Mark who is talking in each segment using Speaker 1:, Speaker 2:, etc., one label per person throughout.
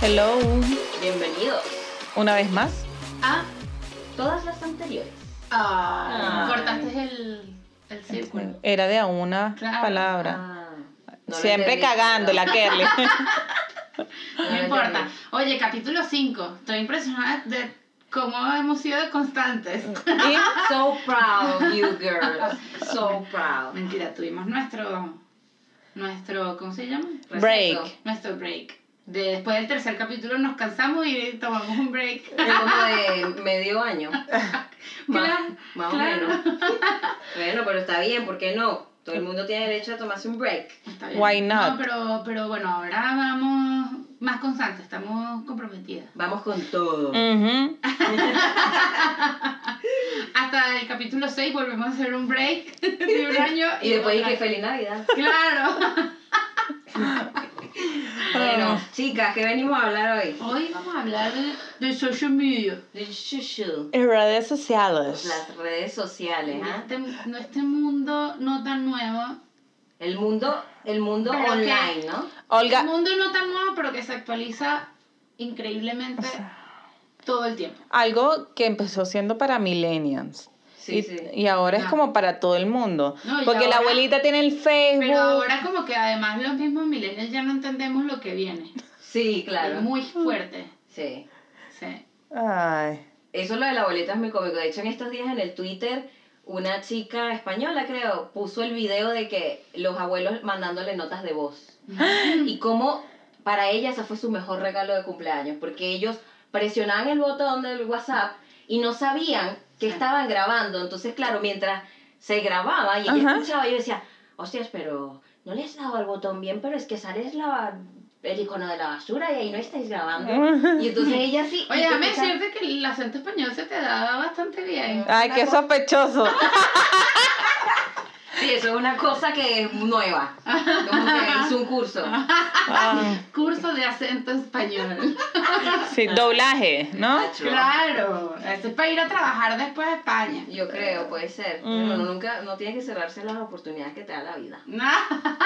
Speaker 1: Hello,
Speaker 2: Bienvenidos
Speaker 1: una vez más.
Speaker 2: a todas las anteriores.
Speaker 3: Ah,
Speaker 2: Ah.
Speaker 3: cortaste el, el círculo.
Speaker 1: Era de a una
Speaker 3: Claro.
Speaker 1: palabra.
Speaker 2: pues. Ah, no lo
Speaker 1: Siempre
Speaker 2: entendí.
Speaker 1: cagando la Kerly.
Speaker 2: No
Speaker 3: No
Speaker 2: lo
Speaker 3: importa.
Speaker 2: entendí.
Speaker 3: Oye, capítulo 5. Estoy impresionada de cómo hemos sido constantes.
Speaker 2: Mm.
Speaker 1: y
Speaker 2: So proud of you girls. So proud.
Speaker 3: Mentira, tuvimos nuestro. Nuestro. ¿Cómo se llama?
Speaker 1: break.
Speaker 3: Nuestro break. De- después del tercer capítulo nos cansamos y tomamos un break.
Speaker 2: Fue como de medio año. Más,
Speaker 3: Claro,
Speaker 2: más
Speaker 3: claro.
Speaker 2: o menos. Bueno, pero está bien, ¿por qué no? Todo el mundo tiene derecho a tomarse un break.
Speaker 3: Está bien.
Speaker 1: Why not?
Speaker 3: No, pero, pero bueno, ahora vamos más constantes, estamos comprometidas.
Speaker 2: Vamos con todo.
Speaker 1: Mm. Ujú.
Speaker 3: Hasta el capítulo 6 volvemos a hacer un break de un año.
Speaker 2: Y después
Speaker 3: otra.
Speaker 2: dije feliz Navidad.
Speaker 3: Claro.
Speaker 2: Bueno,
Speaker 1: Mm.
Speaker 2: chicas, ¿qué venimos a hablar hoy?
Speaker 3: Hoy vamos a hablar de, de social media.
Speaker 2: Del shushu.
Speaker 1: En redes sociales.
Speaker 2: Las redes sociales, ¿ah?
Speaker 3: Este, no este mundo no tan nuevo.
Speaker 2: El mundo, el mundo
Speaker 3: Pero
Speaker 2: online,
Speaker 3: que-
Speaker 2: ¿no?
Speaker 3: Un
Speaker 1: Olga,
Speaker 3: mundo no tan nuevo, pero que se actualiza increíblemente todo el tiempo.
Speaker 1: algo que empezó siendo para millennials.
Speaker 2: Sí,
Speaker 1: y,
Speaker 2: sí.
Speaker 1: y ahora es
Speaker 3: Ah.
Speaker 1: como para todo el mundo.
Speaker 3: No, y
Speaker 1: Porque la
Speaker 3: ahora-
Speaker 1: abuelita tiene el Facebook.
Speaker 3: Pero ahora como que además los mismos millennials ya no entendemos lo que viene.
Speaker 2: Sí, claro.
Speaker 3: Es muy fuerte.
Speaker 2: Sí.
Speaker 3: Sí.
Speaker 1: Ay.
Speaker 2: Eso lo de la boleta es muy cómico. De hecho, en estos días en el Twitter, una chica española, creo, puso el video de que los abuelos mandándole notas de voz. Y cómo para ella ese fue su mejor regalo de cumpleaños, porque ellos presionaban el botón del WhatsApp y no sabían que
Speaker 3: Sí.
Speaker 2: estaban grabando. Entonces, claro, mientras se grababa y ella
Speaker 1: Ajá.
Speaker 2: escuchaba, yo decía, hostias, pero no le has dado al botón bien, pero es que sales la, el icono de la basura y ahí no estáis grabando. Y entonces ella sí...
Speaker 3: Oye,
Speaker 2: y
Speaker 3: déjame
Speaker 2: escuchaba-
Speaker 3: decirte que el acento español se te da bastante bien.
Speaker 1: Ay,
Speaker 2: Una
Speaker 1: qué
Speaker 2: cosa-
Speaker 1: sospechoso.
Speaker 2: Sí, eso es una cosa que es nueva. Como que hizo un curso.
Speaker 1: Ah,
Speaker 3: Curso de acento español.
Speaker 1: sí, doblaje, ¿no?
Speaker 3: Claro, eso es para ir a trabajar después a España.
Speaker 2: Yo creo, puede ser.
Speaker 1: Mm.
Speaker 2: Pero uno nunca, no tiene que cerrarse las oportunidades que te da la vida.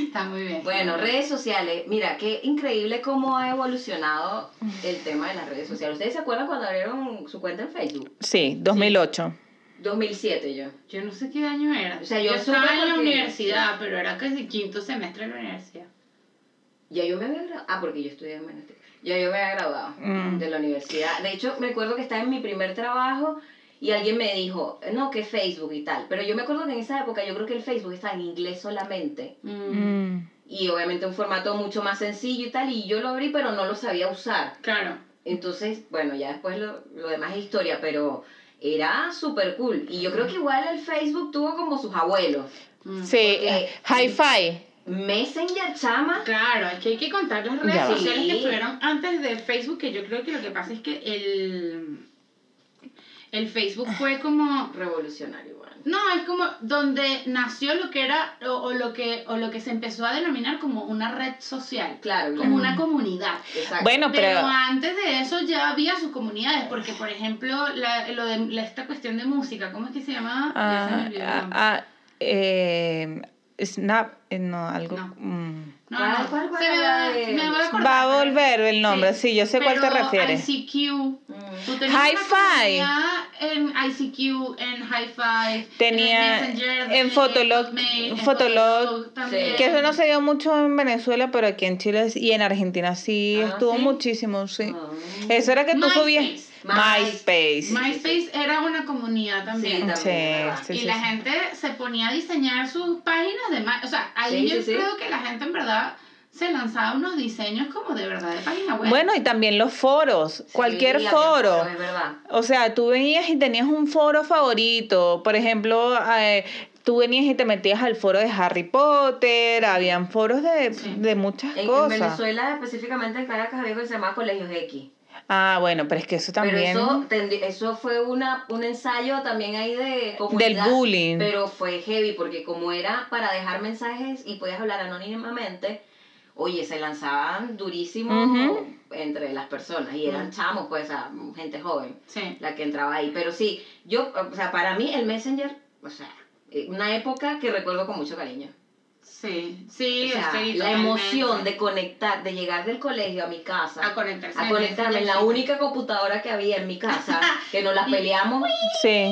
Speaker 3: Está muy bien.
Speaker 2: Bueno, redes sociales. Mira, qué increíble cómo ha evolucionado el tema de las redes sociales. ¿Ustedes se acuerdan cuando abrieron su cuenta en Facebook?
Speaker 1: Sí, 2008.
Speaker 2: 2007 yo.
Speaker 3: Yo no sé qué año era.
Speaker 2: O sea, yo
Speaker 3: estaba
Speaker 2: supe
Speaker 3: en la
Speaker 2: porque-
Speaker 3: universidad, pero era casi quinto semestre de la universidad.
Speaker 2: Ya yo me había graduado. Ah, porque yo estudié en Manatí. Ya yo me había graduado
Speaker 1: Mm.
Speaker 2: de la universidad. De hecho, me acuerdo que estaba en mi primer trabajo y alguien me dijo, no, que Facebook y tal. Pero yo me acuerdo que en esa época yo creo que el Facebook estaba en inglés solamente.
Speaker 1: Mm.
Speaker 2: Y obviamente un formato mucho más sencillo y tal. Y yo lo abrí, pero no lo sabía usar.
Speaker 3: Claro.
Speaker 2: Entonces, bueno, ya después lo, lo demás es historia, pero era súper cool. Y yo creo que igual el Facebook tuvo como sus abuelos.
Speaker 3: Mm.
Speaker 1: Sí, eh,
Speaker 2: Porque-
Speaker 1: hi-fi.
Speaker 2: Messenger, chama.
Speaker 3: Claro, es que hay que contar las redes
Speaker 1: Ya va.
Speaker 3: sociales
Speaker 2: Sí.
Speaker 3: que estuvieron antes de Facebook, que yo creo que lo que pasa es que el, el Facebook fue como
Speaker 2: Revolucionario, igual.
Speaker 3: No, es como donde nació lo que era o, o lo que o lo que se empezó a denominar como una red social,
Speaker 2: Claro, claro.
Speaker 3: como una comunidad.
Speaker 2: Exacto.
Speaker 1: Bueno,
Speaker 3: pero,
Speaker 1: pero
Speaker 3: antes de eso ya había sus comunidades, porque por ejemplo, la, lo de la- esta cuestión de música, ¿cómo es que se llamaba? Ya se me
Speaker 1: Ah,
Speaker 3: olvidó el
Speaker 1: ah,
Speaker 3: nombre.
Speaker 1: ah, eh, Snap, eh, no, algo.
Speaker 3: No.
Speaker 1: mm.
Speaker 3: No,
Speaker 2: ¿Cuál,
Speaker 3: no,
Speaker 2: cuál, cuál
Speaker 3: se me
Speaker 2: era
Speaker 3: va,
Speaker 2: de-
Speaker 3: me voy a acordar.
Speaker 1: Va a volver el nombre, sí, yo sé cuál te
Speaker 3: Pero
Speaker 1: refieres.
Speaker 3: ICQ.
Speaker 2: Mm.
Speaker 3: Tú tenías
Speaker 1: Hi-Fi.
Speaker 3: una comunidad en ICQ, en Hi-Fi,
Speaker 1: Tenía-
Speaker 3: en, Messenger,
Speaker 1: en Fotolog-
Speaker 3: Hotmail, en
Speaker 1: Fotolog,
Speaker 3: también.
Speaker 1: Que eso no se dio mucho en Venezuela, pero aquí en Chile y en Argentina sí
Speaker 2: Ah,
Speaker 1: estuvo
Speaker 2: ¿sí?
Speaker 1: muchísimo, sí.
Speaker 2: Ah.
Speaker 1: Eso era que tú
Speaker 3: MySpace.
Speaker 1: subías.
Speaker 2: MySpace.
Speaker 1: MySpace.
Speaker 3: MySpace era una comunidad
Speaker 2: Sí,
Speaker 3: también.
Speaker 2: también,
Speaker 1: Sí,
Speaker 2: ¿verdad?
Speaker 1: sí,
Speaker 3: y
Speaker 1: sí,
Speaker 3: la
Speaker 1: sí.
Speaker 3: gente se ponía a diseñar sus páginas de ma- O sea, ahí
Speaker 2: Sí,
Speaker 3: yo
Speaker 2: sí, sí.
Speaker 3: creo que la gente en verdad se lanzaba unos diseños como de verdad de página web.
Speaker 1: Bueno, y también los foros,
Speaker 2: Sí,
Speaker 1: cualquier
Speaker 2: había
Speaker 1: foro.
Speaker 2: foros, Es verdad.
Speaker 1: O sea, tú venías y tenías un foro favorito. Por ejemplo, eh, tú venías y te metías al foro de Harry Potter. Habían foros de,
Speaker 3: Sí.
Speaker 1: de muchas
Speaker 2: En- En,
Speaker 1: cosas.
Speaker 2: Venezuela, específicamente en Caracas, había algo que se llamaba Colegios X.
Speaker 1: ah, bueno, pero es que eso también.
Speaker 2: Pero eso, tendi- eso fue una, un ensayo también ahí de
Speaker 1: del
Speaker 2: comunidad.
Speaker 1: bullying.
Speaker 2: Pero fue heavy porque como era para dejar mensajes y podías hablar anónimamente, oye, se lanzaban durísimo
Speaker 1: Ujú. Mm.
Speaker 2: entre las personas y eran
Speaker 3: Ujú.
Speaker 2: chamos, pues, o sea, gente joven.
Speaker 3: Sí.
Speaker 2: la que entraba ahí. Pero sí, yo, o sea, para mí el Messenger, o sea, eh, una época que recuerdo con mucho cariño.
Speaker 3: Sí, sí,
Speaker 2: O sea,
Speaker 3: sí,
Speaker 2: la
Speaker 3: totalmente.
Speaker 2: emoción de conectar, de llegar del colegio a mi casa,
Speaker 3: a conectarse. este
Speaker 2: a conectarme en la
Speaker 3: Netflix.
Speaker 2: única computadora que había en mi casa, que nos las peleamos.
Speaker 1: Sí.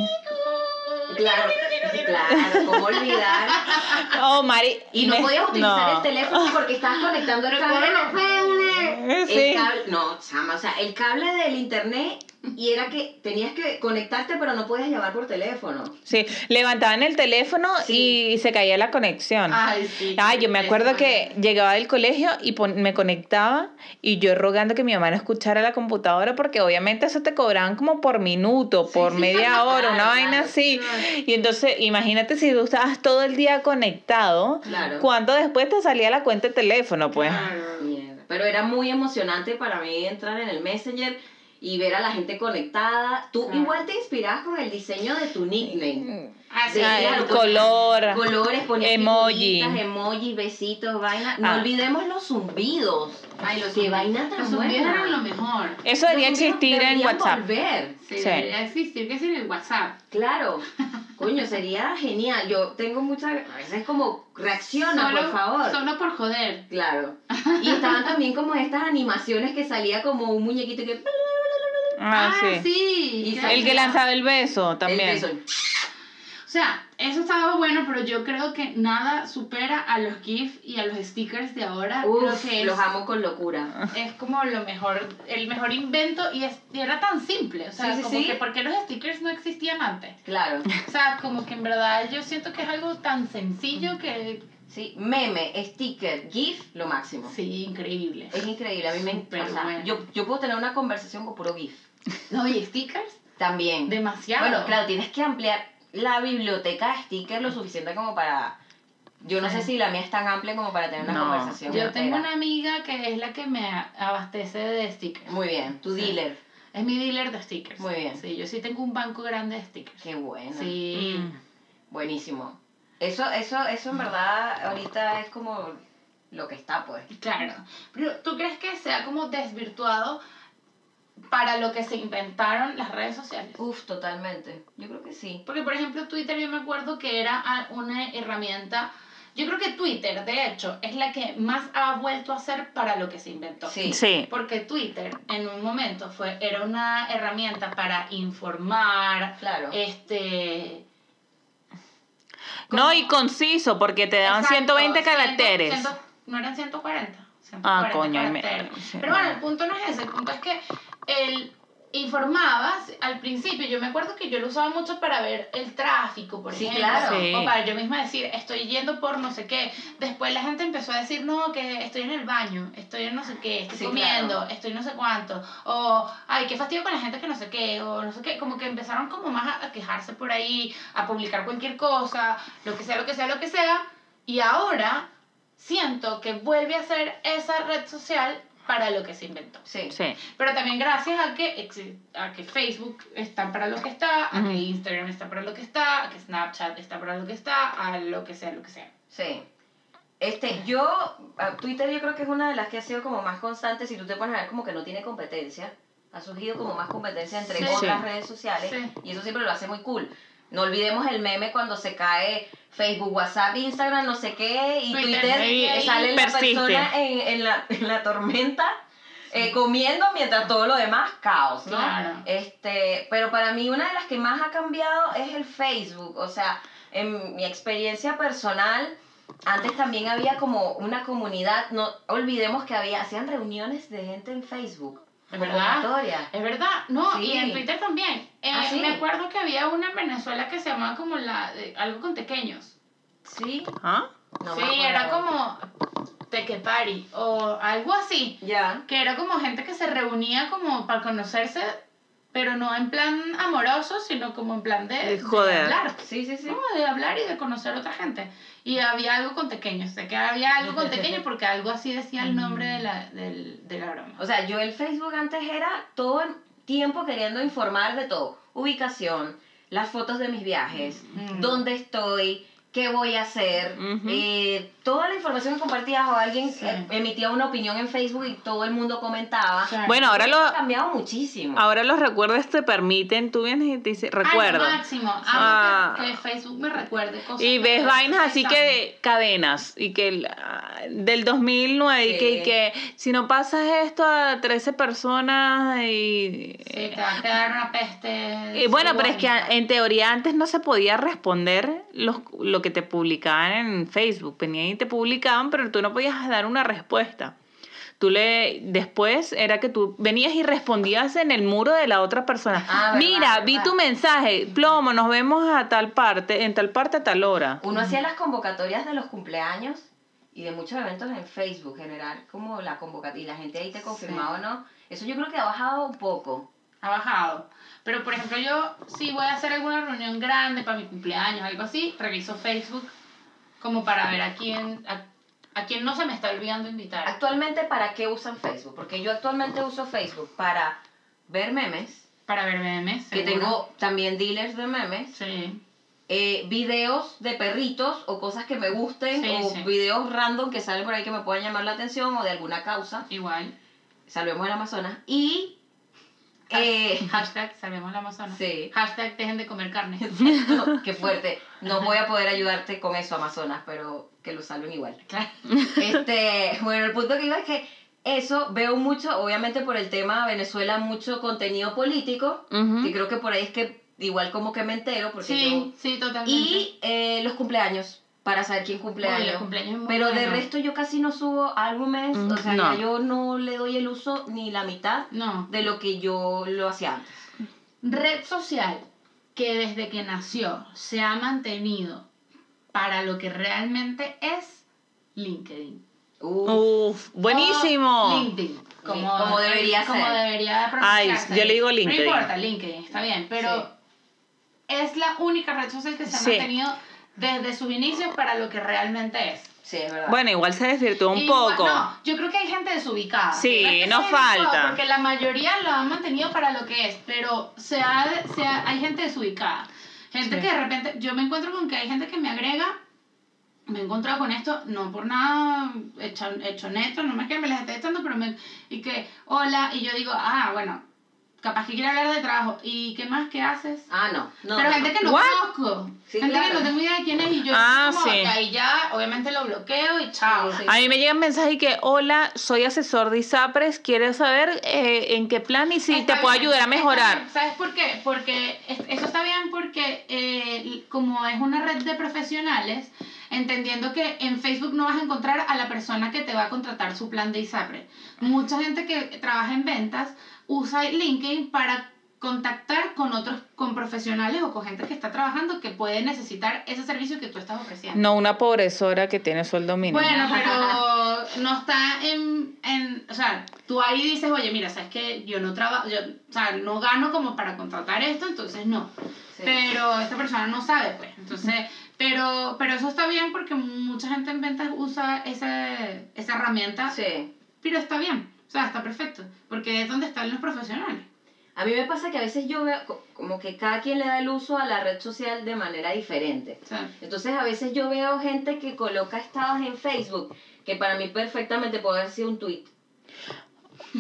Speaker 2: Claro, claro, cómo olvidar.
Speaker 1: Oh, Mari.
Speaker 2: Y no
Speaker 1: me-
Speaker 2: podías utilizar
Speaker 1: no.
Speaker 2: el teléfono porque estabas conectando el cable.
Speaker 1: Eh,
Speaker 2: El
Speaker 1: Sí.
Speaker 2: cable, no, chama, o sea, el cable del internet y era que tenías que conectarte pero no podías llamar por teléfono.
Speaker 1: Sí, levantaban el teléfono
Speaker 2: Sí.
Speaker 1: y se caía la conexión.
Speaker 3: Ay, sí.
Speaker 1: Ah, yo me acuerdo que llegaba del colegio y pon- me conectaba y yo rogando que mi mamá no escuchara la computadora porque obviamente eso te cobraban como por minuto, por media hora, una
Speaker 2: Claro,
Speaker 1: vaina
Speaker 2: claro,
Speaker 1: así.
Speaker 3: claro.
Speaker 1: Y entonces imagínate si tú estabas todo el día conectado,
Speaker 2: Claro.
Speaker 1: ¿cuánto después te salía la cuenta de teléfono? Pues
Speaker 3: Claro.
Speaker 2: Mierda. Pero era muy emocionante para mí entrar en el Messenger y ver a la gente conectada. Tú
Speaker 3: Claro.
Speaker 2: igual te inspirabas con el diseño de tu nickname.
Speaker 3: Ah, sí,
Speaker 2: Decía
Speaker 1: Ah, el
Speaker 2: lo que-
Speaker 3: total.
Speaker 1: color.
Speaker 2: Colores, ponías
Speaker 1: Emoji.
Speaker 2: figuritas, emojis, besitos, vaina. No
Speaker 1: Ah.
Speaker 2: olvidemos los zumbidos.
Speaker 3: Ay, los
Speaker 2: Qué vaina tan
Speaker 3: Los zumbidos
Speaker 2: buena.
Speaker 3: eran lo mejor.
Speaker 1: eso debería
Speaker 2: Los zumbidos
Speaker 1: existir en
Speaker 2: deberían
Speaker 1: WhatsApp.
Speaker 2: volver.
Speaker 3: Sí,
Speaker 1: Sí.
Speaker 3: debería existir que es en el WhatsApp.
Speaker 2: Claro. Coño, sería genial. Yo tengo muchas... A veces como, reacciona,
Speaker 3: solo,
Speaker 2: por favor.
Speaker 3: Solo por joder.
Speaker 2: Claro. Y estaban también como estas animaciones que salía como un muñequito que...
Speaker 1: Ah, sí.
Speaker 3: sí.
Speaker 2: Y
Speaker 3: Qué
Speaker 1: El que
Speaker 3: genial.
Speaker 1: lanzaba el beso también.
Speaker 2: El beso.
Speaker 3: O sea, eso estaba bueno, pero yo creo que nada supera a los GIFs y a los stickers de ahora. creo
Speaker 2: Uf,
Speaker 3: que es,
Speaker 2: los amo con locura.
Speaker 3: es como lo mejor, el mejor invento y, es- y era tan simple. O sea,
Speaker 2: Sí, sí,
Speaker 3: como
Speaker 2: sí.
Speaker 3: que ¿por qué los stickers no existían antes?
Speaker 2: Claro.
Speaker 3: O sea, como que en verdad yo siento que es algo tan sencillo que...
Speaker 2: Sí, meme, sticker, GIF, lo máximo.
Speaker 3: Sí, increíble.
Speaker 2: Es increíble, a mí me
Speaker 3: Súper
Speaker 2: encanta. O sea,
Speaker 3: bueno.
Speaker 2: yo, yo puedo tener una conversación con puro GIF.
Speaker 3: No, y stickers,
Speaker 2: También.
Speaker 3: demasiado.
Speaker 2: bueno, claro, tienes que ampliar la biblioteca de sticker lo suficiente como para... Yo no
Speaker 3: Sí.
Speaker 2: sé si la mía es tan amplia como para tener una
Speaker 1: No,
Speaker 2: conversación.
Speaker 3: Yo tengo
Speaker 2: entera.
Speaker 3: una amiga que es la que me a- abastece de stickers.
Speaker 2: Muy bien, tu
Speaker 3: Sí.
Speaker 2: dealer.
Speaker 3: Es mi dealer de stickers.
Speaker 2: Muy bien.
Speaker 3: Sí, yo sí tengo un banco grande de stickers.
Speaker 2: Qué bueno.
Speaker 3: Sí.
Speaker 1: Mm.
Speaker 2: Buenísimo. Eso, eso, eso en verdad ahorita es como lo que está, pues.
Speaker 3: Claro. Pero ¿tú crees que sea como desvirtuado para lo que se inventaron las redes sociales?
Speaker 2: Uf, totalmente. Yo creo que sí.
Speaker 3: Porque, por ejemplo, Twitter yo me acuerdo que era ah, una herramienta... Yo creo que Twitter, de hecho, es la que más ha vuelto a ser para lo que se inventó.
Speaker 2: Sí.
Speaker 1: Sí.
Speaker 3: Porque Twitter en un momento fue, era una herramienta para informar,
Speaker 2: Claro.
Speaker 3: este...
Speaker 1: No, y conciso, porque te daban
Speaker 3: Exacto,
Speaker 1: 120
Speaker 3: ciento-
Speaker 1: caracteres.
Speaker 3: ciento- no eran 140. 140
Speaker 1: Ah, coño, me-
Speaker 3: caracteres.
Speaker 1: sí,
Speaker 3: Pero bueno, el punto no es ese. El punto es que él informabas al principio. Yo me acuerdo que yo lo usaba mucho para ver el tráfico, por
Speaker 2: Sí,
Speaker 3: ejemplo.
Speaker 2: claro.
Speaker 1: Sí.
Speaker 3: O para yo misma decir, estoy yendo por no sé qué. Después la gente empezó a decir, no, que estoy en el baño, estoy en no sé qué, estoy
Speaker 2: Sí,
Speaker 3: comiendo,
Speaker 2: claro.
Speaker 3: estoy no sé cuánto. O, ay, qué fastidio con la gente que no sé qué, o no sé qué. Como que empezaron como más a, a quejarse por ahí, a publicar cualquier cosa, lo que sea, lo que sea, lo que sea. Y ahora siento que vuelve a ser esa red social para lo que se inventó.
Speaker 2: Sí.
Speaker 1: Sí.
Speaker 3: Pero también gracias a que, exi- a que Facebook está para lo que está, a que
Speaker 1: Ujú.
Speaker 3: Instagram está para lo que está, a que Snapchat está para lo que está, a lo que sea, lo que sea.
Speaker 2: Sí. Este, yo, a Twitter yo creo que es una de las que ha sido como más constante, si tú te pones a ver como que no tiene competencia, ha surgido como más competencia entre
Speaker 3: Sí.
Speaker 2: otras
Speaker 1: Sí.
Speaker 2: redes sociales
Speaker 3: Sí.
Speaker 2: y eso siempre lo hace muy cool. No olvidemos el meme cuando se cae Facebook, WhatsApp, Instagram, no sé qué, y
Speaker 3: Twitter,
Speaker 2: Twitter,
Speaker 1: sí,
Speaker 2: eh,
Speaker 1: ahí
Speaker 2: sale la
Speaker 1: persiste.
Speaker 2: persona en, en la, en la tormenta eh, comiendo mientras todo lo demás caos, ¿no?
Speaker 3: Claro.
Speaker 2: Este, pero para mí una de las que más ha cambiado es el Facebook, o sea, en mi experiencia personal, antes también había como una comunidad, no olvidemos que había, hacían reuniones de gente en Facebook.
Speaker 3: ¿Es verdad?
Speaker 2: convocatorias.
Speaker 3: Es verdad, no,
Speaker 2: Sí.
Speaker 3: y en Twitter también. Eh,
Speaker 2: Ah, sí.
Speaker 3: Me acuerdo que había una en Venezuela que se llamaba como la, de- algo con tequeños.
Speaker 2: Sí,
Speaker 1: ¿Ah?
Speaker 2: no me
Speaker 3: sí,
Speaker 2: acuerdo.
Speaker 3: era como tequepari o algo así.
Speaker 2: Ya,
Speaker 3: que era como gente que se reunía como para conocerse, pero no en plan amoroso, sino como en plan de,
Speaker 1: De
Speaker 3: de
Speaker 1: joder.
Speaker 3: hablar.
Speaker 2: sí, sí, sí.
Speaker 3: ¿no? De hablar y de conocer a otra gente. Y había algo con tequeño, sé que había algo con tequeño porque algo así decía el nombre
Speaker 1: Mm.
Speaker 3: de la, del, de la broma.
Speaker 2: O sea, yo el Facebook antes era todo el tiempo queriendo informar de todo. Ubicación, las fotos de mis viajes,
Speaker 3: Mm.
Speaker 2: dónde estoy, qué voy a hacer.
Speaker 1: Ujú.
Speaker 2: Eh, toda la información que compartías o alguien
Speaker 3: Sí.
Speaker 2: eh, emitía una opinión en Facebook y todo el mundo comentaba.
Speaker 3: Claro.
Speaker 1: Ah, Bueno, ahora lo,
Speaker 2: Ha cambiado muchísimo.
Speaker 3: Ah,
Speaker 1: ahora los recuerdos te permiten, tú vienes y te dices,
Speaker 3: Al
Speaker 1: recuerdo.
Speaker 3: máximo. Amo
Speaker 1: Ah.
Speaker 3: que, que Facebook me recuerde cosas.
Speaker 1: Y
Speaker 3: que
Speaker 1: ves
Speaker 3: no
Speaker 1: vainas así
Speaker 3: pensaba.
Speaker 1: que de- cadenas y que el, ah, del 2009 y que, y
Speaker 2: Sí.
Speaker 1: que si no pasas esto a 13 personas y...
Speaker 3: Sí, te va a quedar una peste.
Speaker 1: Y Eh, bueno, pero es que a-
Speaker 3: psicológica.
Speaker 1: en teoría antes no se podía responder los, lo que te publicaban en Facebook. Venían y te publicaban, pero tú no podías dar una respuesta. Tú le, después era que tú venías y respondías en el muro de la otra persona.
Speaker 2: Ah, verdad,
Speaker 1: Mira, vi
Speaker 2: verdad.
Speaker 1: tu mensaje, plomo, nos vemos a tal parte, en tal parte a tal hora.
Speaker 2: Uno hacía las convocatorias de los cumpleaños y de muchos eventos en Facebook, general, como la convocatoria, y la gente ahí te confirmaba o no. Eso yo creo que ha bajado un poco.
Speaker 3: Ha bajado. Pero, por ejemplo, yo si voy a hacer alguna reunión grande para mi cumpleaños, algo así, reviso Facebook como para ver a quién, a, a quién no se me está olvidando invitar.
Speaker 2: Actualmente, ¿para qué usan Facebook? Porque yo actualmente uso Facebook para ver memes,
Speaker 3: Para ver memes.
Speaker 2: que
Speaker 3: seguro.
Speaker 2: tengo también dealers de memes,
Speaker 3: Sí.
Speaker 2: eh, videos de perritos o cosas que me gusten,
Speaker 3: Sí,
Speaker 2: o
Speaker 3: sí.
Speaker 2: videos random que salen por ahí que me puedan llamar la atención o de alguna causa.
Speaker 3: Igual.
Speaker 2: Salvemos el Amazonas. Y.
Speaker 3: Ah.
Speaker 2: eh,
Speaker 3: Hashtag salvemos la Amazonas.
Speaker 2: Sí.
Speaker 3: Hashtag dejen de comer carne.
Speaker 2: Exacto, qué fuerte. No voy a poder ayudarte con eso, Amazonas, pero que lo salven igual.
Speaker 3: Claro.
Speaker 2: Este, bueno, el punto que iba es que eso veo mucho, obviamente por el tema Venezuela, mucho contenido político,
Speaker 1: Ujú.
Speaker 2: que creo que por ahí es que igual como que me entero, porque
Speaker 3: Sí,
Speaker 2: yo...
Speaker 3: sí, totalmente.
Speaker 2: Y eh, los cumpleaños, para saber quién cumple
Speaker 3: Uy, los
Speaker 2: años.
Speaker 3: cumpleaños es muy
Speaker 2: Pero de
Speaker 3: bueno.
Speaker 2: resto yo casi no subo álbumes,
Speaker 1: Mm,
Speaker 2: o sea,
Speaker 1: no.
Speaker 2: ya yo no le doy el uso ni la mitad
Speaker 3: No.
Speaker 2: de lo que yo lo hacía antes.
Speaker 3: Red social que desde que nació se ha mantenido para lo que realmente es LinkedIn.
Speaker 2: Uh,
Speaker 1: Uf, buenísimo.
Speaker 3: O LinkedIn. Como,
Speaker 2: Como debería
Speaker 3: como
Speaker 2: ser.
Speaker 3: debería pronunciarse.
Speaker 1: Ay, yo le digo LinkedIn.
Speaker 3: No importa, LinkedIn, está bien, pero
Speaker 2: Sí.
Speaker 3: es la única red social que se ha
Speaker 1: Sí.
Speaker 3: mantenido desde sus inicios para lo que realmente es.
Speaker 2: sí, es verdad.
Speaker 1: Bueno, igual se desvirtuó un
Speaker 3: Y igual-
Speaker 1: poco.
Speaker 3: No, yo creo que hay gente desubicada.
Speaker 1: Sí,
Speaker 3: No es que
Speaker 1: no
Speaker 3: sea desubicado,
Speaker 1: falta.
Speaker 3: Porque la mayoría lo han mantenido para lo que es, pero se ha- se ha- hay gente desubicada. Gente
Speaker 1: Sí.
Speaker 3: que de repente, yo me encuentro con que hay gente que me agrega, me he encontrado con esto, no por nada hecho, hecho neto, no es que me les esté echando, pero me, y que, hola, y yo digo, ah, bueno, capaz que quiere hablar de trabajo, ¿y qué más que haces?
Speaker 2: Ah, no. no
Speaker 3: pero
Speaker 2: no,
Speaker 3: gente
Speaker 2: no.
Speaker 3: que no
Speaker 1: What?
Speaker 3: conozco,
Speaker 2: Sí,
Speaker 3: gente que
Speaker 2: claro.
Speaker 3: no tengo idea de quién es, y yo
Speaker 1: Ah,
Speaker 3: como,
Speaker 1: sí.
Speaker 3: "Ok, ahí ya, obviamente lo bloqueo y chao.
Speaker 2: Sí, sí.
Speaker 1: A mí me llegan mensajes y que, hola, soy asesor de ISAPRES, quiero saber eh, en qué plan y si
Speaker 3: Está
Speaker 1: te puedo
Speaker 3: bien,
Speaker 1: ayudar a
Speaker 3: está
Speaker 1: mejorar.
Speaker 3: bien. ¿Sabes por qué? Porque es- eso está bien porque eh, como es una red de profesionales, entendiendo que en Facebook no vas a encontrar a la persona que te va a contratar su plan de ISAPRE. Mucha gente que trabaja en ventas usa LinkedIn para contactar con otros, con profesionales o con gente que está trabajando que puede necesitar ese servicio que tú estás ofreciendo.
Speaker 1: No una pobrezora que tiene sueldo mínimo.
Speaker 3: Bueno, pero no está en, en- O sea, tú ahí dices, oye, mira, sabes que yo no trabajo, yo, o sea, no gano como para contratar esto, entonces no.
Speaker 2: Sí.
Speaker 3: Pero esta persona no sabe, pues. Entonces, pero, pero eso está bien porque mucha gente en ventas usa ese, esa herramienta,
Speaker 2: Sí.
Speaker 3: pero está bien. O sea, está perfecto, porque es donde están los profesionales.
Speaker 2: A mí me pasa que a veces yo veo co- como que cada quien le da el uso a la red social de manera diferente.
Speaker 3: O sea,
Speaker 2: Entonces a veces yo veo gente que coloca estados en Facebook que para mí perfectamente puede haber sido un tweet.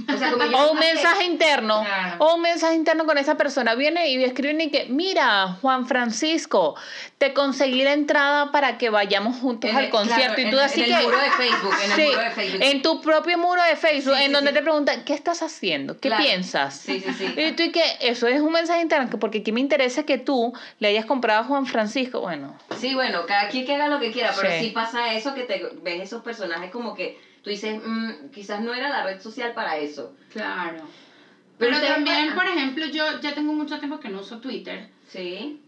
Speaker 2: O sea, como yo-
Speaker 1: O un mensaje interno.
Speaker 3: Claro.
Speaker 1: O un mensaje interno con esa persona. Viene y escriben y que, mira, Juan Francisco, te conseguí la entrada para que vayamos juntos
Speaker 2: En
Speaker 1: al
Speaker 2: el-
Speaker 1: concierto.
Speaker 2: claro,
Speaker 1: y
Speaker 2: en-
Speaker 1: tú así
Speaker 2: en
Speaker 1: que.
Speaker 2: el muro de Facebook, en el
Speaker 1: Sí, Eh,
Speaker 2: muro de Facebook.
Speaker 1: en tu propio muro de Facebook,
Speaker 2: Sí,
Speaker 1: en
Speaker 2: sí,
Speaker 1: donde
Speaker 2: sí.
Speaker 1: te preguntan, ¿qué estás haciendo? ¿Qué
Speaker 2: Claro.
Speaker 1: piensas?
Speaker 2: Sí, sí, sí.
Speaker 1: Y tú y que eso es un mensaje interno, que porque aquí me interesa que tú le hayas comprado a Juan Francisco. Bueno,
Speaker 2: Sí, bueno, cada quien que haga lo que quiera, pero
Speaker 1: Sí.
Speaker 2: sí, pasa eso que te ves esos personajes como que tú dices, "Mm, quizás no era la red social para eso.
Speaker 3: claro.
Speaker 2: Pero
Speaker 3: Pero
Speaker 2: te-
Speaker 3: también, por ejemplo, yo ya tengo mucho tiempo que no uso Twitter.
Speaker 2: Sí.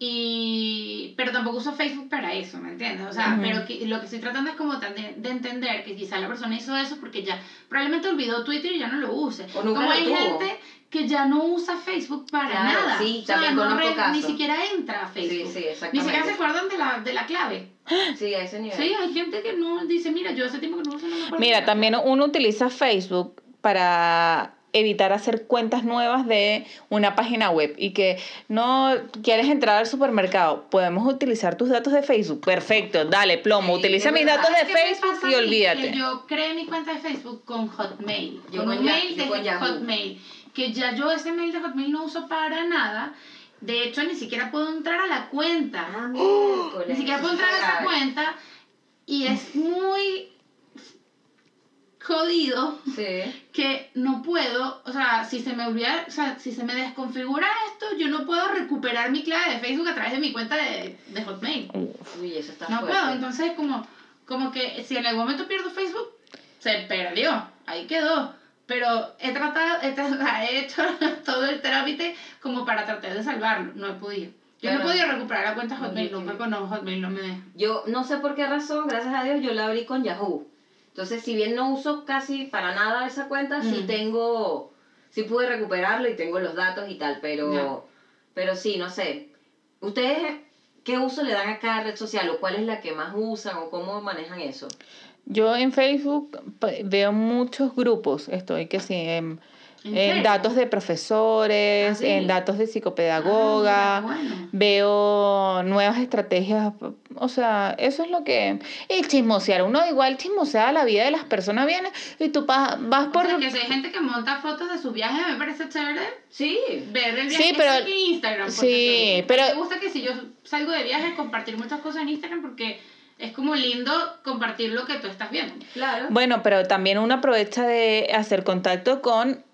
Speaker 3: Y, pero tampoco uso Facebook para eso, ¿me entiendes? O sea,
Speaker 1: Ujú.
Speaker 3: pero que- lo que estoy tratando es como tan de, de entender que quizá la persona hizo eso porque ya probablemente olvidó Twitter y ya no lo use.
Speaker 2: O nunca
Speaker 3: como
Speaker 2: lo
Speaker 3: hay
Speaker 2: tuvo.
Speaker 3: gente que ya no usa Facebook para
Speaker 2: Claro,
Speaker 3: nada.
Speaker 2: sí,
Speaker 3: O sea,
Speaker 2: también
Speaker 3: no
Speaker 2: conozco
Speaker 3: Ni
Speaker 2: casos.
Speaker 3: siquiera entra a Facebook.
Speaker 2: Sí, sí,
Speaker 3: Ni
Speaker 2: exactamente.
Speaker 3: siquiera se acuerdan de la, de la clave.
Speaker 2: Sí, a ese nivel.
Speaker 3: Sí, hay gente que no dice, mira, yo hace tiempo que no uso no me acuerdo".
Speaker 1: mira, también uno utiliza Facebook para evitar hacer cuentas nuevas de una página web y que no quieres entrar al supermercado, podemos utilizar tus datos de Facebook. Perfecto, dale, plomo,
Speaker 2: Sí,
Speaker 1: utiliza
Speaker 2: es
Speaker 1: mis
Speaker 2: verdad.
Speaker 1: datos de
Speaker 3: ¿Sabes qué me pasa
Speaker 1: Facebook
Speaker 3: a
Speaker 1: y
Speaker 3: mí?
Speaker 1: olvídate.
Speaker 3: Que yo creé mi cuenta de Facebook con Hotmail.
Speaker 2: Yo
Speaker 3: con
Speaker 2: con
Speaker 3: un
Speaker 2: Ya-
Speaker 3: mail
Speaker 2: yo
Speaker 3: de
Speaker 2: con Yahoo.
Speaker 3: Hotmail. Que ya yo ese mail de Hotmail no uso para nada. De hecho, ni siquiera puedo entrar a la cuenta.
Speaker 2: Ah, miércoles,
Speaker 3: Ni siquiera
Speaker 2: eso
Speaker 3: puedo entrar a
Speaker 2: está
Speaker 3: esa
Speaker 2: grave.
Speaker 3: cuenta. Y es muy jodido
Speaker 2: Sí.
Speaker 3: que no puedo, o sea, si se me olvida, o sea, si se me desconfigura esto, yo no puedo recuperar mi clave de Facebook a través de mi cuenta de, de Hotmail.
Speaker 2: Uy, eso está
Speaker 3: No
Speaker 2: fuerte.
Speaker 3: puedo, entonces como, como que si en algún momento pierdo Facebook, se perdió, ahí quedó. Pero he tratado, he, tra- he hecho todo el trámite como para tratar de salvarlo, no he podido. Yo no he
Speaker 2: Claro.
Speaker 3: podido recuperar la cuenta Hotmail,
Speaker 2: Buenísimo.
Speaker 3: no, no, Hotmail no me deja.
Speaker 2: Yo no sé por qué razón, gracias a Dios, yo la abrí con Yahoo. Entonces, si bien no uso casi para nada esa cuenta, sí
Speaker 3: Mm.
Speaker 2: tengo, sí pude recuperarlo y tengo los datos y tal, pero,
Speaker 3: Ya.
Speaker 2: pero sí, no sé. ¿Ustedes qué uso le dan a cada red social o cuál es la que más usan o cómo manejan eso?
Speaker 1: Yo en Facebook pa- veo muchos grupos, estoy que sí, en,
Speaker 3: ¿En
Speaker 1: en
Speaker 3: serio?
Speaker 1: datos de profesores,
Speaker 2: Ah, sí.
Speaker 1: en datos de
Speaker 3: Ah,
Speaker 1: psicopedagoga,
Speaker 3: mira, bueno.
Speaker 1: veo nuevas estrategias, o sea, eso es lo que... Y chismosear, uno igual chismosea la vida de las personas, viene y tú pa- vas
Speaker 3: O
Speaker 1: por...
Speaker 3: sea, que si hay gente que monta fotos de sus viajes, me parece chévere
Speaker 2: Sí.
Speaker 3: ver el
Speaker 1: Sí,
Speaker 3: viaje
Speaker 1: pero-
Speaker 3: eso que en Instagram. porque
Speaker 1: sí,
Speaker 3: te-
Speaker 1: pero-
Speaker 3: Me gusta que si yo salgo de viaje, compartir muchas cosas en Instagram porque es como lindo compartir lo que tú estás viendo.
Speaker 2: Claro.
Speaker 1: Bueno, pero también uno aprovecha de hacer contacto con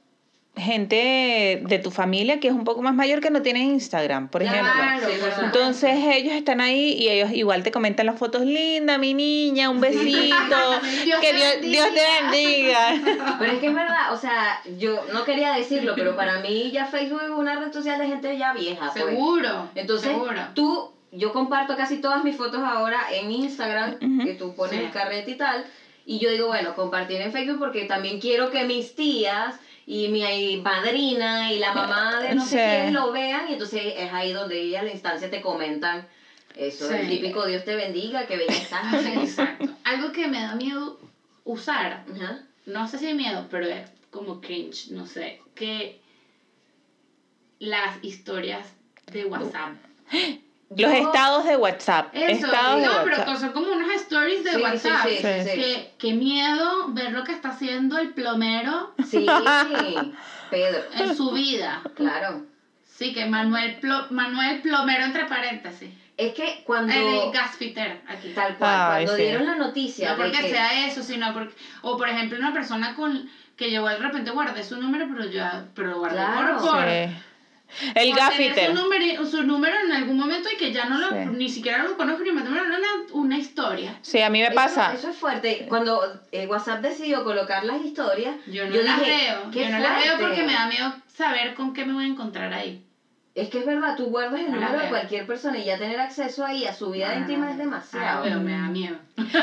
Speaker 1: gente de tu familia que es un poco más mayor que no tiene Instagram, por ejemplo.
Speaker 3: Claro,
Speaker 2: Sí,
Speaker 3: por
Speaker 2: verdad.
Speaker 3: supuesto.
Speaker 1: Entonces ellos están ahí y ellos igual te comentan las fotos, linda, mi niña, un besito,
Speaker 3: Dios
Speaker 1: que
Speaker 3: te
Speaker 1: Dios, Dios te bendiga.
Speaker 2: Pero es que es verdad, o sea, yo no quería decirlo, pero para mí ya Facebook es una red social de gente ya vieja. pues.
Speaker 3: Seguro.
Speaker 2: Entonces,
Speaker 3: seguro.
Speaker 2: tú, yo comparto casi todas mis fotos ahora en Instagram,
Speaker 1: Ujú.
Speaker 2: que tú pones
Speaker 3: Sí.
Speaker 2: el carrete y tal. Y yo digo, bueno, compartir en Facebook porque también quiero que mis tías y mi madrina y la mamá de no sé
Speaker 1: Sí.
Speaker 2: quién lo vean. Y entonces es ahí donde ellas a la instancia te comentan eso,
Speaker 3: Sí.
Speaker 2: el típico Dios te bendiga, que bella estás.
Speaker 3: Ah, sí, Exacto. Algo que me da miedo usar,
Speaker 2: Ajá.
Speaker 3: no sé si miedo, pero es como cringe, no sé, que las historias de WhatsApp.
Speaker 1: Los
Speaker 2: Yo-
Speaker 1: estados de WhatsApp.
Speaker 3: Eso,
Speaker 1: estados
Speaker 3: no,
Speaker 1: de
Speaker 3: pero
Speaker 1: WhatsApp.
Speaker 3: que son como unas stories de
Speaker 2: Sí, sí,
Speaker 3: WhatsApp.
Speaker 2: sí,
Speaker 1: Sí.
Speaker 2: sí.
Speaker 3: Que, qué miedo ver lo que está haciendo el plomero
Speaker 2: Sí, Pedro,
Speaker 3: en su vida.
Speaker 2: claro.
Speaker 3: Sí, que Manuel, Plo- Manuel Plomero, entre paréntesis.
Speaker 2: Es que cuando...
Speaker 3: El gasfiter, aquí.
Speaker 2: Tal cual,
Speaker 1: Ay,
Speaker 2: cuando
Speaker 1: sí.
Speaker 2: dieron la noticia
Speaker 3: No
Speaker 2: de
Speaker 3: porque
Speaker 2: que...
Speaker 3: sea eso, sino porque... O, por ejemplo, una persona con que llegó de repente guardé su número, pero yo pero guardé
Speaker 2: Claro.
Speaker 3: por, por-
Speaker 1: Sí. El
Speaker 3: por tener
Speaker 1: gaffiter.
Speaker 3: Su número, su número en algún momento y que ya no lo,
Speaker 1: Sí.
Speaker 3: ni siquiera lo conozco, ni me tomaron una, una historia.
Speaker 1: Sí, a mí me
Speaker 2: Eso-
Speaker 1: pasa.
Speaker 2: Eso, es fuerte. Cuando eh, WhatsApp decidió colocar las historias,
Speaker 3: Yo no
Speaker 2: Yo
Speaker 3: las
Speaker 2: dije,
Speaker 3: veo.
Speaker 2: "Qué
Speaker 3: Yo no las veo
Speaker 2: fuerte".
Speaker 3: porque me da miedo saber con qué me voy a encontrar ahí.
Speaker 2: es que es verdad, tú guardas el
Speaker 3: No la
Speaker 2: número de
Speaker 3: veo.
Speaker 2: cualquier persona y ya tener acceso ahí a su vida
Speaker 3: No, no,
Speaker 2: íntima
Speaker 3: no.
Speaker 2: es
Speaker 3: Ah,
Speaker 2: demasiado.
Speaker 3: pero me da miedo.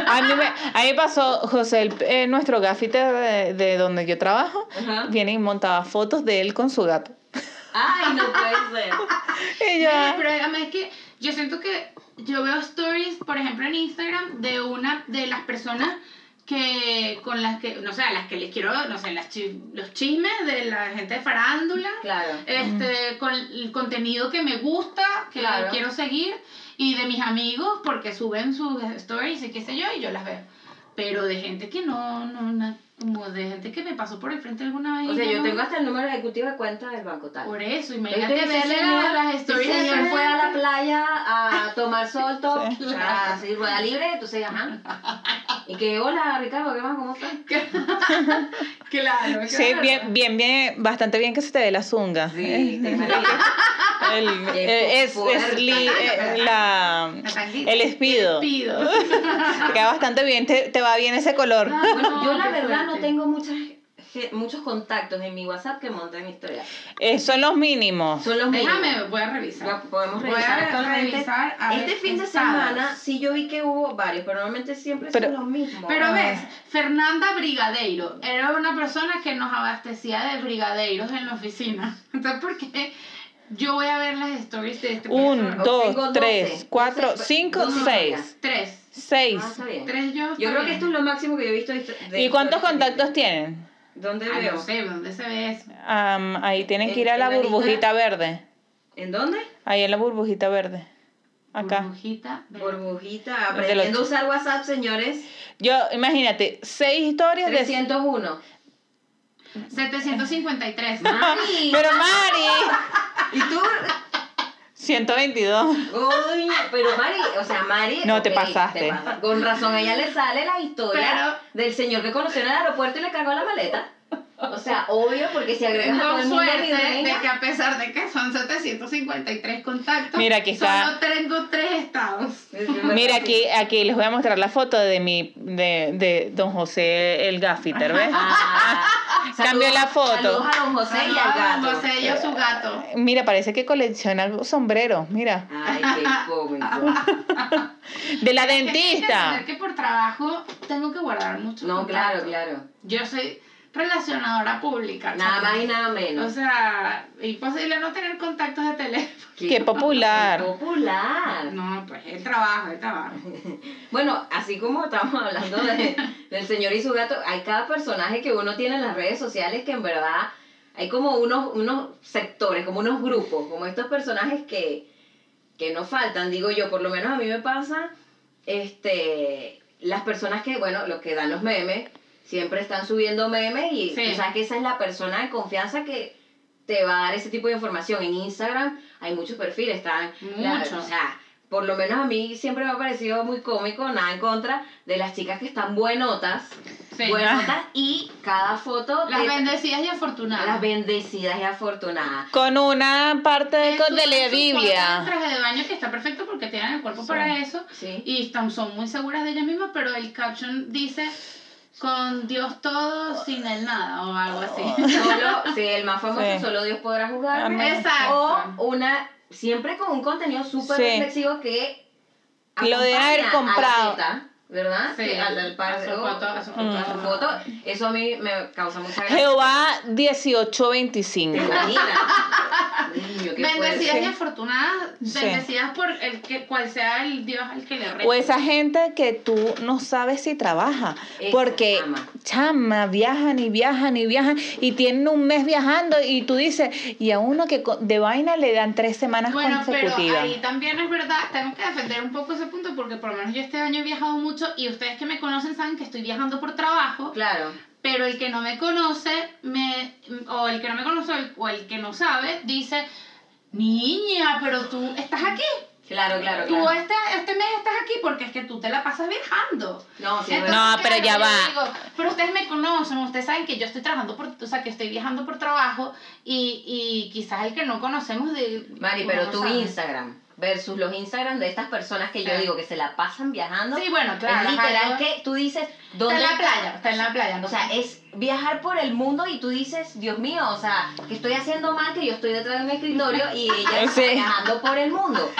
Speaker 1: A mí me, a mí me pasó, José, el- eh, nuestro gaffiter de, de donde yo trabajo,
Speaker 2: Ajá.
Speaker 1: viene y montaba fotos de él con su gato.
Speaker 2: Ay, no puede ser.
Speaker 1: Y yo,
Speaker 3: No, pero además es que yo siento que yo veo stories, por ejemplo, en Instagram de una de las personas que con las que, no sé, a las que les quiero, no sé, las chi- los chismes de la gente de farándula,
Speaker 2: Claro.
Speaker 3: este, con el contenido que me gusta, que
Speaker 2: Claro.
Speaker 3: quiero seguir, y de mis amigos porque suben sus stories y qué sé yo, y yo las veo. Pero de gente que no, no, na- como de gente que me pasó por el frente alguna vez.
Speaker 2: O
Speaker 3: y
Speaker 2: sea,
Speaker 3: ya
Speaker 2: yo
Speaker 3: no-
Speaker 2: tengo hasta el número ejecutivo de cuenta del banco tal.
Speaker 3: Por eso,
Speaker 2: Este
Speaker 3: imagínate verle
Speaker 2: señor-
Speaker 3: las stories
Speaker 2: este
Speaker 3: de
Speaker 2: señor
Speaker 3: esa
Speaker 2: fue a la playa a tomar sol, todo,
Speaker 1: Sí.
Speaker 2: así, rueda libre, entonces, ajá. Y que, hola, Ricardo, ¿qué más? ¿Cómo estás?
Speaker 3: Claro,
Speaker 1: sí, bien, bien, bien, bastante bien que se te dé la zunga.
Speaker 2: Sí, te imaginas.
Speaker 1: El,
Speaker 2: Qué
Speaker 1: eh, es, es
Speaker 2: fuerte.
Speaker 1: li- eh, la, el espido.
Speaker 3: Espido.
Speaker 1: Te queda bastante bien, te, te va bien ese color.
Speaker 2: Bueno, yo la
Speaker 3: qué
Speaker 2: verdad no
Speaker 3: fuerte.
Speaker 2: tengo muchas, ge- muchos contactos en mi WhatsApp que monten historias.
Speaker 1: Eh, son los mínimos.
Speaker 2: Son los
Speaker 3: Déjame,
Speaker 2: mínimos.
Speaker 3: voy a
Speaker 2: Ya
Speaker 3: revisar.
Speaker 2: podemos
Speaker 3: Voy
Speaker 2: revisar
Speaker 3: a
Speaker 2: actualmente.
Speaker 3: revisar. a
Speaker 2: Este
Speaker 3: ver
Speaker 2: fin de
Speaker 3: estados.
Speaker 2: semana sí yo vi que hubo varios, pero normalmente siempre
Speaker 1: Pero-
Speaker 2: son los mismos.
Speaker 3: Pero
Speaker 1: Ah.
Speaker 3: ves, Fernanda Brigadeiro era una persona que nos abastecía de brigadeiros en la oficina. Entonces, ¿por qué yo voy a ver las stories de este
Speaker 1: Un,
Speaker 3: persona?
Speaker 2: Tengo
Speaker 1: dos,
Speaker 2: doce.
Speaker 1: tres, cuatro,
Speaker 2: Doce,
Speaker 1: cinco,
Speaker 2: doce
Speaker 1: seis.
Speaker 3: Tres.
Speaker 1: Seis.
Speaker 2: Ah, está bien.
Speaker 3: Tres yo. está
Speaker 2: Yo creo que
Speaker 3: bien.
Speaker 2: esto es lo máximo que yo he visto. de histo- de
Speaker 1: ¿Y cuántos
Speaker 2: historias.
Speaker 1: contactos tienen?
Speaker 2: ¿Dónde
Speaker 3: Ay,
Speaker 2: veo?
Speaker 3: Ah, no sé, ¿dónde se ve eso?
Speaker 1: Am, ahí tienen que ir a
Speaker 2: ¿En-
Speaker 1: la
Speaker 2: en la lista?
Speaker 1: burbujita verde.
Speaker 2: ¿En dónde?
Speaker 1: Ahí en la burbujita verde. Acá.
Speaker 3: Burbujita. verde.
Speaker 2: Burbujita,
Speaker 1: Del
Speaker 2: aprendiendo a
Speaker 1: ocho.
Speaker 2: usar WhatsApp, señores.
Speaker 1: Yo, imagínate, seis historias de...
Speaker 2: 301.
Speaker 3: 753.
Speaker 2: Mari.
Speaker 1: Pero Mari,
Speaker 2: ¿Y tú?
Speaker 1: 122.
Speaker 2: Coño, pero Mari, o sea, Mari.
Speaker 1: No, te
Speaker 2: ok,
Speaker 1: pasaste.
Speaker 2: pasa- Con razón, a ella le sale la historia del señor que conoció en el aeropuerto y le cargó la maleta. O sea, obvio, porque si agregas a todo
Speaker 3: Con
Speaker 2: el mundo a
Speaker 3: suerte de
Speaker 2: Ribereña-
Speaker 3: que a pesar de que son 753 contactos,
Speaker 1: Mira, aquí está.
Speaker 3: solo tengo tres estados.
Speaker 1: Mira, aquí, aquí les voy a mostrar la foto de mi, de, de don José el gaffiter, ¿ves?
Speaker 2: Ah,
Speaker 1: Cambió la foto.
Speaker 2: Saludos a don José y al
Speaker 3: Saludos a
Speaker 2: gato.
Speaker 3: José y a su gato.
Speaker 1: Mira, parece que colecciona sombreros, mira.
Speaker 2: Ay, qué cómico.
Speaker 1: De la
Speaker 3: Es
Speaker 1: dentista.
Speaker 3: que por trabajo tengo que guardar mucho.
Speaker 2: No, claro, claro.
Speaker 3: Yo soy relacionadora pública.
Speaker 2: Nada más
Speaker 3: chama.
Speaker 2: y nada menos.
Speaker 3: O sea, imposible no tener contactos de teléfono.
Speaker 1: Qué popular.
Speaker 2: Qué popular.
Speaker 3: No, pues el trabajo, el trabajo.
Speaker 2: Bueno, así como estamos hablando de- del señor y su gato, hay cada personaje que uno tiene en las redes sociales que en verdad hay como unos, unos sectores, como unos grupos, como estos personajes que, que no faltan, digo yo, por lo menos a mí me pasa, este, las personas que, bueno, los que dan los memes, siempre están subiendo memes y
Speaker 3: Sí.
Speaker 2: tú sabes que esa es la persona de confianza que te va a dar ese tipo de información. En Instagram hay muchos perfiles, están... la-
Speaker 3: Muchos.
Speaker 2: o sea, por lo menos a mí siempre me ha parecido muy cómico, nada en contra, de las chicas que están buenotas,
Speaker 3: Sí.
Speaker 2: buenotas y cada foto
Speaker 3: Las
Speaker 2: de-
Speaker 3: bendecidas y afortunadas.
Speaker 2: eh, las bendecidas y afortunadas.
Speaker 1: Con una parte de,
Speaker 3: Eso
Speaker 1: de la
Speaker 3: es su cuarto
Speaker 1: Biblia.
Speaker 3: de traje de baño que está perfecto porque tienen el cuerpo
Speaker 1: Sí.
Speaker 3: para eso.
Speaker 2: Sí.
Speaker 3: Y están, son muy seguras de ellas mismas, pero el caption dice con Dios todo, sin el nada o algo
Speaker 2: Oh.
Speaker 3: así.
Speaker 2: Solo, sí, el más famoso,
Speaker 1: Sí.
Speaker 2: solo Dios podrá juzgarme.
Speaker 1: Amén.
Speaker 3: Exacto.
Speaker 2: O una, siempre con un contenido súper
Speaker 1: Sí.
Speaker 2: reflexivo que
Speaker 1: Lo deben haber
Speaker 2: acompaña
Speaker 1: comprado.
Speaker 2: A la teta, ¿Verdad?
Speaker 3: Sí,
Speaker 2: Que al, al par-
Speaker 3: a su
Speaker 2: o-
Speaker 3: foto, a su foto,
Speaker 2: a su foto. Eso a mí me causa mucha gracia.
Speaker 1: Jehová
Speaker 2: ¿Te
Speaker 1: 1825.
Speaker 2: imaginas? Niño, qué fuerte.
Speaker 3: Bendecidas
Speaker 1: fuerte.
Speaker 3: y afortunadas,
Speaker 1: Sí.
Speaker 3: bendecidas por el que cual sea el Dios al que le reza.
Speaker 1: O esa gente que tú no sabes si trabaja.
Speaker 2: Eso,
Speaker 1: Porque
Speaker 2: chama.
Speaker 1: chama, viajan y viajan y viajan y tienen un mes viajando y tú dices, y a uno que co- de vaina le dan tres semanas
Speaker 3: bueno, pero
Speaker 1: consecutivas.
Speaker 3: ahí también es verdad, tengo que defender un poco ese punto porque por lo menos yo este año he viajado mucho y ustedes que me conocen saben que estoy viajando por trabajo.
Speaker 2: Claro.
Speaker 3: pero el que no me conoce me o el que no me conoce o el- o el que no sabe dice niña pero tú estás aquí
Speaker 2: Claro, claro,
Speaker 3: tú
Speaker 2: claro.
Speaker 3: este, este mes estás aquí porque es que tú te la pasas viajando
Speaker 2: No, sí, es
Speaker 3: Entonces,
Speaker 2: verdad.
Speaker 1: No, pero ya
Speaker 3: yo
Speaker 1: va.
Speaker 3: digo, pero ustedes me conocen ustedes saben que yo estoy trabajando por o sea que estoy viajando por trabajo y, y quizás el que no conocemos de
Speaker 2: Mari,
Speaker 3: no
Speaker 2: pero
Speaker 3: lo
Speaker 2: tu
Speaker 3: sabe.
Speaker 2: Instagram versus los Instagram de estas personas que yo
Speaker 3: Ah.
Speaker 2: digo que se la pasan viajando.
Speaker 3: sí bueno claro
Speaker 2: es literal
Speaker 3: ajá, yo-
Speaker 2: que tú dices, ¿dónde
Speaker 3: está en la playa está en la playa
Speaker 2: O sea, es viajar por el mundo y tú dices, Dios mío, o sea, que estoy haciendo mal, que yo estoy detrás de un escritorio y ella está
Speaker 1: Sí.
Speaker 2: viajando por el mundo.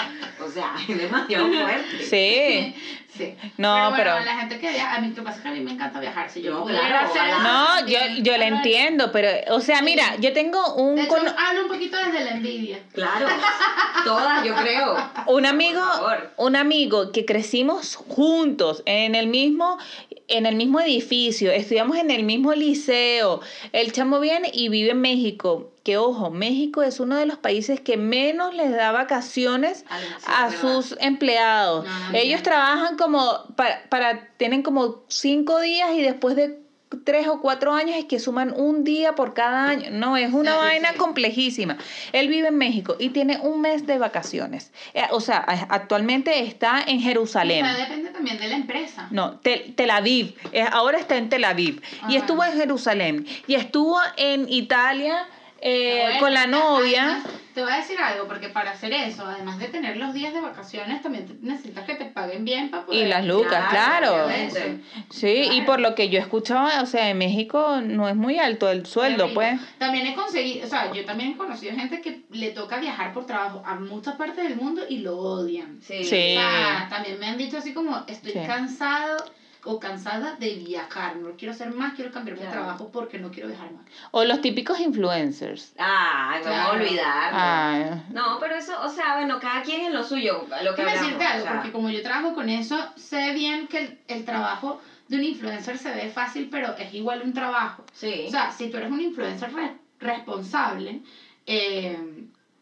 Speaker 2: O sea, es demasiado fuerte.
Speaker 1: Sí.
Speaker 3: Sí.
Speaker 1: No,
Speaker 3: bueno,
Speaker 1: pero-
Speaker 3: la gente que viaja, a mí lo que pasa es que a mí me encanta viajar. Si yo
Speaker 2: No,
Speaker 3: pudiera
Speaker 2: claro,
Speaker 3: hacer
Speaker 2: ojalá.
Speaker 1: No,
Speaker 3: eso,
Speaker 1: yo, yo la
Speaker 3: Ah, claro.
Speaker 1: entiendo, pero, o sea, mira, yo tengo
Speaker 3: De
Speaker 1: un,
Speaker 3: hecho,
Speaker 1: cono-
Speaker 3: hablo un poquito desde la envidia.
Speaker 2: Claro, todas, yo creo.
Speaker 1: un amigo,
Speaker 2: Por favor.
Speaker 1: un amigo que crecimos juntos en el mismo, en el mismo edificio, estudiamos en el mismo liceo. El chamo viene y vive en México. Que ojo, México es uno de los países que menos les da vacaciones
Speaker 2: A los-
Speaker 1: a
Speaker 2: ¿verdad?
Speaker 1: sus empleados.
Speaker 3: No, no,
Speaker 1: Ellos
Speaker 3: no.
Speaker 1: trabajan como para, para, tienen como cinco días y después de tres o cuatro años es que suman un día por cada año. No, es una
Speaker 3: Sí, sí,
Speaker 1: vaina
Speaker 3: sí.
Speaker 1: complejísima. Él vive en México y tiene un mes de vacaciones. Eh, O sea, a- actualmente está en Jerusalén.
Speaker 3: O sea, depende también de la empresa.
Speaker 1: No, Tel, Tel Aviv. Eh, Ahora está en Tel Aviv. Y
Speaker 3: Ajá.
Speaker 1: estuvo en Jerusalén. Y estuvo en Italia eh,
Speaker 3: Te voy a-
Speaker 1: con la novia.
Speaker 3: Además, te voy a decir algo, porque para hacer eso, además de tener los días de vacaciones, también te- necesitas que te paguen bien para poder.
Speaker 1: Y las lucas,
Speaker 2: Claro,
Speaker 1: claro.
Speaker 2: obviamente.
Speaker 1: Sí, y
Speaker 3: Claro.
Speaker 1: por lo que yo escuchaba, o sea, en México no es muy alto el sueldo,
Speaker 3: Terrible.
Speaker 1: pues.
Speaker 3: También he conseguido, o sea, yo también he conocido gente que le toca viajar por trabajo a muchas partes del mundo y lo odian.
Speaker 2: Sí.
Speaker 1: Sí.
Speaker 3: O sea, Ah, también me han dicho así como, estoy
Speaker 1: Sí.
Speaker 3: cansado o cansada de viajar, no quiero hacer más, quiero cambiar mi
Speaker 2: Claro.
Speaker 3: trabajo porque no quiero viajar más.
Speaker 1: O los típicos influencers.
Speaker 2: Ay, me voy a
Speaker 3: Claro.
Speaker 2: olvidar.
Speaker 1: Ah,
Speaker 2: No, pero eso, o sea, bueno, cada quien en lo suyo, a lo que
Speaker 3: Déjame
Speaker 2: hablamos.
Speaker 3: decirte algo,
Speaker 2: o sea,
Speaker 3: porque como yo trabajo con eso, sé bien que el, el trabajo de un influencer se ve fácil, pero es igual un trabajo.
Speaker 2: Sí.
Speaker 3: O sea, si tú eres un influencer re- responsable, eh,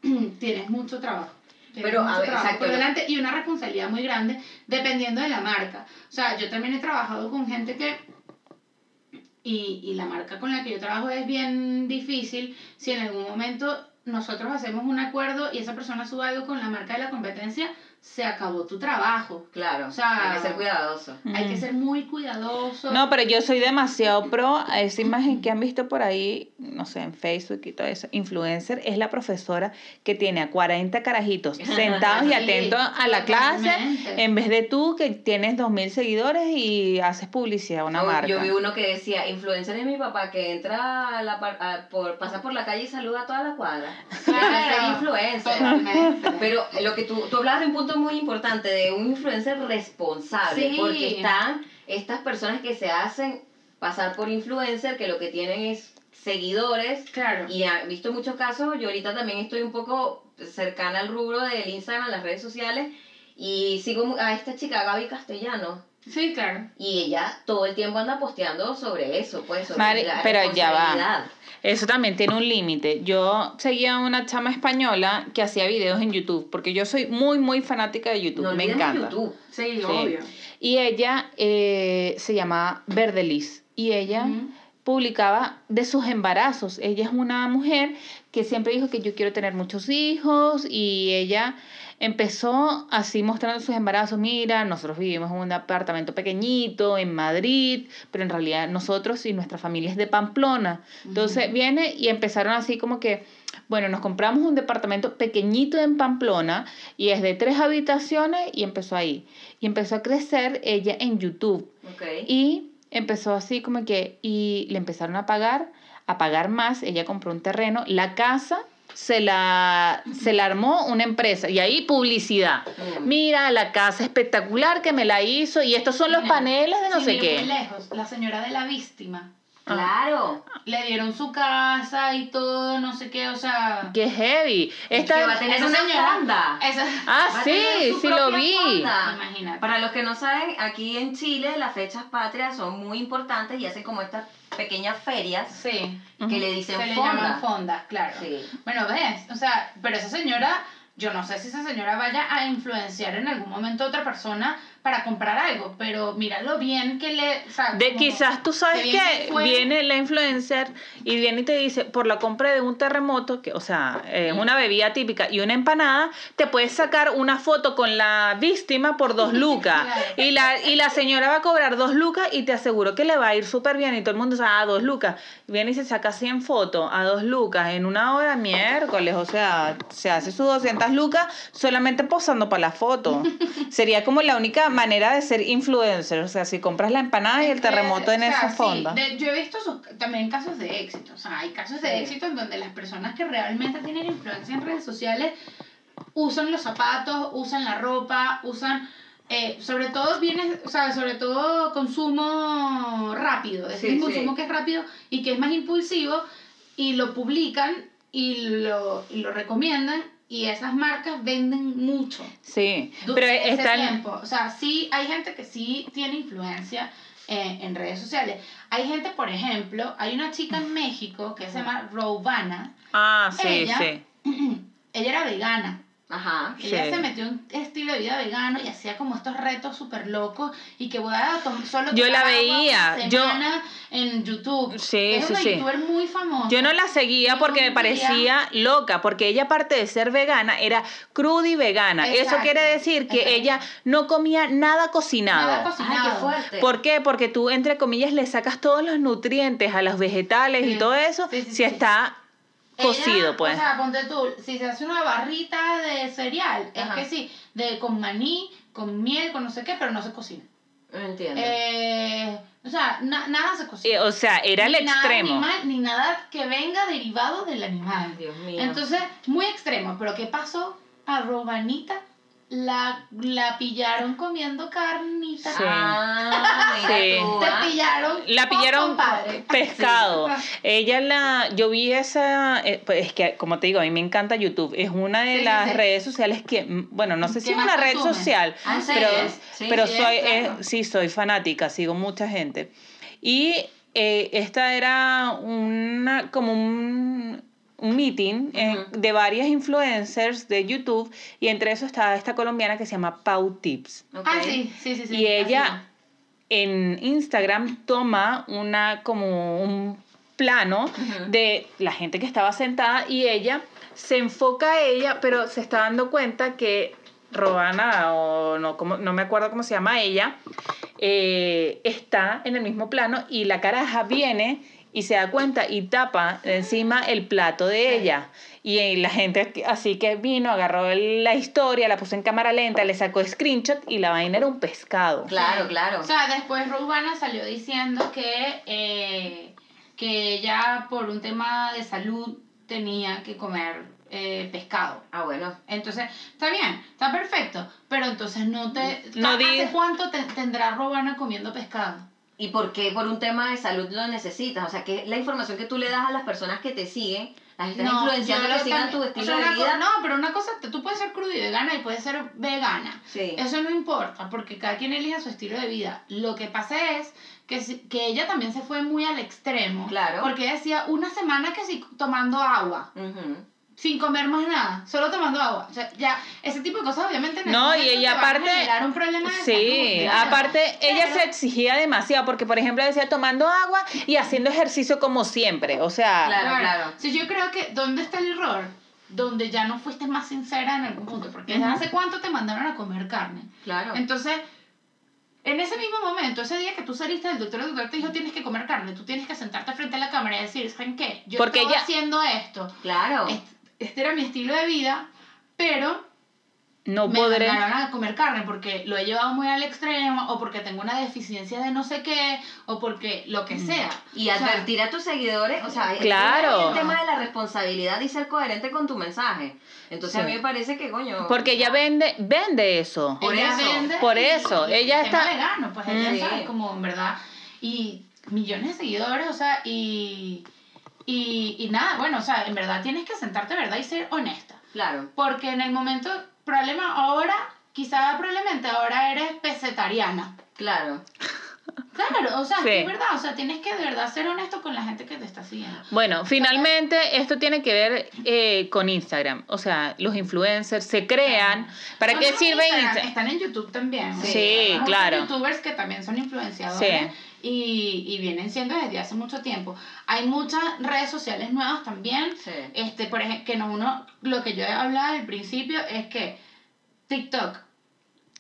Speaker 3: tienes mucho trabajo. Tienes
Speaker 2: Pero, a
Speaker 3: mucho
Speaker 2: ver,
Speaker 3: trabajo
Speaker 2: exacto,
Speaker 3: por
Speaker 2: lo-
Speaker 3: delante y una responsabilidad muy grande dependiendo de la marca. O sea, yo también he trabajado con gente que... Y, y la marca con la que yo trabajo es bien difícil. Si en algún momento nosotros hacemos un acuerdo y esa persona sube algo con la marca de la competencia, se acabó tu trabajo.
Speaker 2: claro.
Speaker 3: o sea-
Speaker 2: hay que ser cuidadoso.
Speaker 3: Hay que
Speaker 1: Ujú.
Speaker 3: ser muy cuidadoso.
Speaker 1: mm. No, pero yo soy demasiado pro. a Esa imagen que han visto por ahí, no sé, en Facebook y todo eso, influencer, es la profesora que tiene a 40 carajitos sentados y
Speaker 3: Sí,
Speaker 1: atentos a la clase, Em,
Speaker 3: totalmente.
Speaker 1: en vez de tú que tienes 2.000 seguidores y haces publicidad a una
Speaker 2: Yo-
Speaker 1: marca.
Speaker 2: Yo vi uno que decía, influencer es mi papá que entra a la par- a- por, pasa por la calle y saluda a toda la cuadra. Claro, ser influencer.
Speaker 3: Totalmente.
Speaker 2: Pero
Speaker 1: eh,
Speaker 2: lo que tú, tú hablabas de un punto muy importante, de un influencer responsable,
Speaker 3: Sí.
Speaker 2: porque están estas personas que se hacen pasar por influencer, que lo que tienen es seguidores,
Speaker 3: Claro.
Speaker 2: y he visto muchos casos, yo ahorita también estoy un poco cercana al rubro del Instagram, las redes sociales, y sigo mu- a esta chica Gaby Castellano,
Speaker 3: Sí, claro.
Speaker 2: y ella todo el tiempo anda posteando sobre eso, pues, sobre
Speaker 1: Mari,
Speaker 2: la
Speaker 1: pero ya va.
Speaker 2: responsabilidad.
Speaker 1: Eso también tiene un límite. Yo seguía a una chama española que hacía videos en YouTube, porque yo soy muy, muy fanática de YouTube.
Speaker 2: No
Speaker 1: me
Speaker 2: olvidemos
Speaker 1: encanta.
Speaker 2: YouTube.
Speaker 3: Sí,
Speaker 1: Sí.
Speaker 3: obvio.
Speaker 1: Y ella eh, se llamaba Verdeliz. Y ella
Speaker 3: Ujú.
Speaker 1: publicaba de sus embarazos. Ella es una mujer que siempre dijo que yo quiero tener muchos hijos y ella empezó así mostrando sus embarazos. Mira, nosotros vivimos en un apartamento pequeñito en Madrid, pero en realidad nosotros y nuestra familia es de Pamplona. Entonces
Speaker 3: Ujú.
Speaker 1: viene y empezaron así como que, bueno, nos compramos un departamento pequeñito en Pamplona y es de tres habitaciones y empezó ahí. Y empezó a crecer ella en YouTube.
Speaker 2: Ok.
Speaker 1: Y empezó así como que, y le empezaron a pagar, a pagar más, ella compró un terreno, la casa se la, se la armó una empresa y ahí publicidad.
Speaker 2: Mm.
Speaker 1: Mira, la casa espectacular que me la hizo y estos son los
Speaker 3: Ujú.
Speaker 1: paneles de no
Speaker 3: Sin
Speaker 1: sé
Speaker 3: ir
Speaker 1: qué.
Speaker 3: muy lejos, la señora de la víctima.
Speaker 2: Claro.
Speaker 3: Le dieron su casa y todo, no sé qué, o sea...
Speaker 1: Qué heavy.
Speaker 2: que Este va
Speaker 1: Esta,
Speaker 2: a tener
Speaker 3: esa
Speaker 2: una
Speaker 3: señora-
Speaker 2: fonda.
Speaker 3: Esa...
Speaker 2: Va
Speaker 1: ah,
Speaker 2: a
Speaker 1: sí,
Speaker 2: tener su
Speaker 1: sí lo
Speaker 2: propia
Speaker 1: vi.
Speaker 2: fonda.
Speaker 3: Imagínate.
Speaker 2: Para los que no saben, aquí en Chile las fechas patrias son muy importantes y hacen como estas pequeñas ferias
Speaker 3: Sí.
Speaker 2: que le
Speaker 3: Se
Speaker 2: dicen
Speaker 3: le
Speaker 2: fonda.
Speaker 3: llaman fondas, claro.
Speaker 2: Sí.
Speaker 3: Bueno, ves, o sea, pero esa señora, yo no sé si esa señora vaya a influenciar en algún momento a otra persona para comprar algo, pero mira lo bien que le... o sea,
Speaker 1: De
Speaker 3: como-
Speaker 1: quizás tú sabes
Speaker 3: qué
Speaker 1: que,
Speaker 3: bien que fue.
Speaker 1: viene la influencer y viene y te dice, por la compra de un terremoto, que, o sea, es una bebida típica y una empanada, te puedes sacar una foto con la víctima por dos lucas.
Speaker 3: Claro.
Speaker 1: y, la, y la señora va a cobrar dos lucas y te aseguro que le va a ir súper bien. Y todo el mundo sabe, ah, dos lucas. Viene y se saca 100 fotos a dos lucas en una hora miércoles. O sea, se hace sus 200 lucas solamente posando para la foto. Sería como la única manera de ser influencer. O sea, si compras la empanada y el terremoto en
Speaker 3: O sea,
Speaker 1: esa
Speaker 3: sí,
Speaker 1: fonda.
Speaker 3: de- yo he visto sus- también casos de éxito. O sea, hay casos de
Speaker 2: Sí.
Speaker 3: éxito en donde las personas que realmente tienen influencia en redes sociales usan los zapatos, usan la ropa, usan. eh, sobre todo bienes, o sea, sobre todo consumo rápido, es
Speaker 2: Sí,
Speaker 3: un
Speaker 2: sí.
Speaker 3: consumo que es rápido y que es más impulsivo y lo publican y lo, y lo recomiendan y esas marcas venden mucho
Speaker 1: Sí, pero
Speaker 3: durante ese
Speaker 1: están...
Speaker 3: tiempo. O sea, sí, hay gente que sí tiene influencia eh, en redes sociales. Hay gente, por ejemplo, hay una chica en México que se llama Robana.
Speaker 1: Ah, sí,
Speaker 3: Ella-
Speaker 1: sí.
Speaker 3: Ella era vegana.
Speaker 2: Ajá.
Speaker 3: Ella
Speaker 1: Sí.
Speaker 3: se metió en un estilo de vida vegano y hacía como estos retos súper locos y que voy a tom- solo
Speaker 1: Yo la
Speaker 3: tomar agua
Speaker 1: veía,
Speaker 3: una
Speaker 1: yo-
Speaker 3: semana en YouTube.
Speaker 1: Sí,
Speaker 3: es
Speaker 1: sí,
Speaker 3: una
Speaker 1: sí.
Speaker 3: youtuber muy famosa.
Speaker 1: Yo no la seguía porque me parecía loca, porque ella aparte de ser vegana era cruda y vegana. Eso
Speaker 3: Exacto,
Speaker 1: quiere decir que
Speaker 3: exacto.
Speaker 1: ella no comía nada cocinado.
Speaker 3: Nada
Speaker 2: Ay,
Speaker 3: cocinado.
Speaker 2: qué fuerte.
Speaker 1: ¿Por qué? Porque tú, entre comillas, le sacas todos los nutrientes a los vegetales
Speaker 3: Sí,
Speaker 1: y todo eso
Speaker 3: sí, sí,
Speaker 1: si
Speaker 3: sí.
Speaker 1: está
Speaker 3: Ella,
Speaker 1: cocido, pues.
Speaker 3: O sea, ponte tú, si se hace una barrita de cereal,
Speaker 2: Ajá.
Speaker 3: es que sí, de, con maní, con miel, con no sé qué, pero no se cocina.
Speaker 2: No entiendo.
Speaker 3: Eh, o sea, na- nada se
Speaker 1: Eh,
Speaker 3: cocina.
Speaker 1: o sea, era el
Speaker 3: Ni nada
Speaker 1: extremo.
Speaker 3: animal, ni nada que venga derivado del
Speaker 2: Ay,
Speaker 3: animal.
Speaker 2: Dios mío.
Speaker 3: Entonces, muy extremo. Pero ¿qué pasó a Robanita? la, la pillaron comiendo carnita.
Speaker 1: Sí.
Speaker 2: Ah, mira
Speaker 1: Sí.
Speaker 2: tú,
Speaker 3: Te
Speaker 2: ¿ah?
Speaker 3: pillaron.
Speaker 1: La pillaron
Speaker 3: compadre.
Speaker 1: pescado.
Speaker 3: Sí.
Speaker 1: Ella la, yo vi esa, eh, pues es que como te digo, a mí me encanta YouTube. Es una de
Speaker 3: Sí,
Speaker 1: las
Speaker 3: sí.
Speaker 1: redes sociales que, mm, bueno, no sé si
Speaker 3: ¿Qué
Speaker 1: es
Speaker 3: más
Speaker 1: una red
Speaker 3: consumes?
Speaker 1: social,
Speaker 2: Ah, sí,
Speaker 1: pero,
Speaker 2: es. Sí,
Speaker 1: pero
Speaker 3: sí, es,
Speaker 1: soy,
Speaker 3: claro.
Speaker 1: eh, sí, soy fanática, sigo mucha gente. Y eh, esta era una, como un, un meeting eh,
Speaker 2: Ujú.
Speaker 1: de varias influencers de YouTube y entre eso estaba esta colombiana que se llama Pau Tips.
Speaker 2: Ok.
Speaker 3: Ah, sí, sí, sí. sí así
Speaker 1: Y
Speaker 3: va.
Speaker 1: ella en Instagram toma una como un plano
Speaker 2: Ujú.
Speaker 1: de la gente que estaba sentada y ella se enfoca a ella, pero se está dando cuenta que Robana o no como no me acuerdo cómo se llama ella eh, está en el mismo plano y la caraja viene y se da cuenta y tapa de encima el plato de ella. Y eh, la gente así que vino, agarró el- la historia, la puso en cámara lenta, le sacó screenshot y la vaina era un pescado.
Speaker 2: Claro, claro.
Speaker 3: O sea, después Rubana salió diciendo que, eh, que ella por un tema de salud tenía que comer eh, pescado.
Speaker 2: Ah, bueno.
Speaker 3: Entonces, está bien, está perfecto, pero entonces no te...
Speaker 1: No
Speaker 3: ¿Hace
Speaker 1: digas-
Speaker 3: cuánto te- tendrá Robana comiendo pescado?
Speaker 2: ¿Y por qué por un tema de salud lo necesitas? O sea, que la información que tú le das a las personas que te siguen, las estás influenciando
Speaker 3: yo
Speaker 2: que
Speaker 3: lo
Speaker 2: sigan
Speaker 3: también-
Speaker 2: tu
Speaker 3: o
Speaker 2: estilo
Speaker 3: sea,
Speaker 2: de
Speaker 3: una co-
Speaker 2: vida.
Speaker 3: No, pero una cosa, tú puedes ser crudo y vegana y puedes ser vegana.
Speaker 2: Sí.
Speaker 3: Eso no importa, porque cada quien elige su estilo de vida. Lo que pasa es que, si- que ella también se fue muy al extremo.
Speaker 2: Claro.
Speaker 3: Porque ella decía una semana que sí tomando agua,
Speaker 2: Ujú.
Speaker 3: sin comer más nada, solo tomando agua. O sea, ya, ese tipo de cosas obviamente en el
Speaker 1: No, y
Speaker 3: momento
Speaker 1: ella
Speaker 3: te van a
Speaker 1: aparte-
Speaker 3: generar un problema de
Speaker 1: Sí,
Speaker 3: salud, claro.
Speaker 1: aparte ella
Speaker 3: Pero-
Speaker 1: se exigía demasiado porque por ejemplo decía tomando agua y haciendo ejercicio como siempre, o sea,
Speaker 2: Claro, claro.
Speaker 3: Sí, yo creo que ¿dónde está el error? Donde ya no fuiste más sincera en algún punto, porque desde
Speaker 1: Ujú.
Speaker 3: hace cuánto te mandaron a comer carne.
Speaker 2: Claro.
Speaker 3: Entonces, en ese mismo momento, ese día que tú saliste del doctor, el doctor te dijo tienes que comer carne, tú tienes que sentarte frente a la cámara y decir, ¿saben qué? Yo
Speaker 1: Porque
Speaker 3: estaba
Speaker 1: ella-
Speaker 3: haciendo esto,
Speaker 2: Claro.
Speaker 3: est- este era mi estilo de vida, pero
Speaker 1: no
Speaker 3: me
Speaker 1: podré.
Speaker 3: mandaron a comer carne porque lo he llevado muy al extremo, o porque tengo una deficiencia de no sé qué, o porque lo que sea.
Speaker 2: Y
Speaker 3: O sea,
Speaker 2: advertir a tus seguidores, o sea, es-
Speaker 1: Claro.
Speaker 2: es el tema de la responsabilidad y ser coherente con tu mensaje. Entonces a
Speaker 1: Sí.
Speaker 2: mí me parece que, coño.
Speaker 1: Porque ella vende vende eso.
Speaker 2: por
Speaker 3: Ella
Speaker 2: eso,
Speaker 3: vende
Speaker 1: por
Speaker 3: y-
Speaker 1: eso,
Speaker 3: y
Speaker 1: ella
Speaker 3: el tema
Speaker 1: está-
Speaker 3: vegano, pues ella
Speaker 2: Mm.
Speaker 3: sabe
Speaker 2: Sí.
Speaker 3: como en verdad y millones de seguidores, o sea, y y, y nada, bueno, o sea, en verdad tienes que sentarte, verdad, y ser honesta,
Speaker 2: Claro.
Speaker 3: porque en el momento problema ahora, quizá probablemente ahora eres pesetariana.
Speaker 2: Claro.
Speaker 3: Claro, o sea,
Speaker 1: Sí.
Speaker 3: es verdad, o sea, tienes que de verdad ser honesto con la gente que te está siguiendo.
Speaker 1: Bueno, finalmente esto tiene que ver eh, con Instagram. O sea, los influencers se crean. ¿Para
Speaker 3: Ah, No
Speaker 1: qué
Speaker 3: solo
Speaker 1: sirve
Speaker 3: Instagram,
Speaker 1: Instagram?
Speaker 3: Están en YouTube también.
Speaker 2: Sí,
Speaker 3: Hay muchos
Speaker 1: claro.
Speaker 3: youtubers que también son influenciadores y, y vienen siendo desde hace mucho tiempo. Hay muchas redes sociales nuevas también.
Speaker 2: Sí.
Speaker 3: Este, por ejemplo, que no uno, lo que yo he hablado al principio es que TikTok,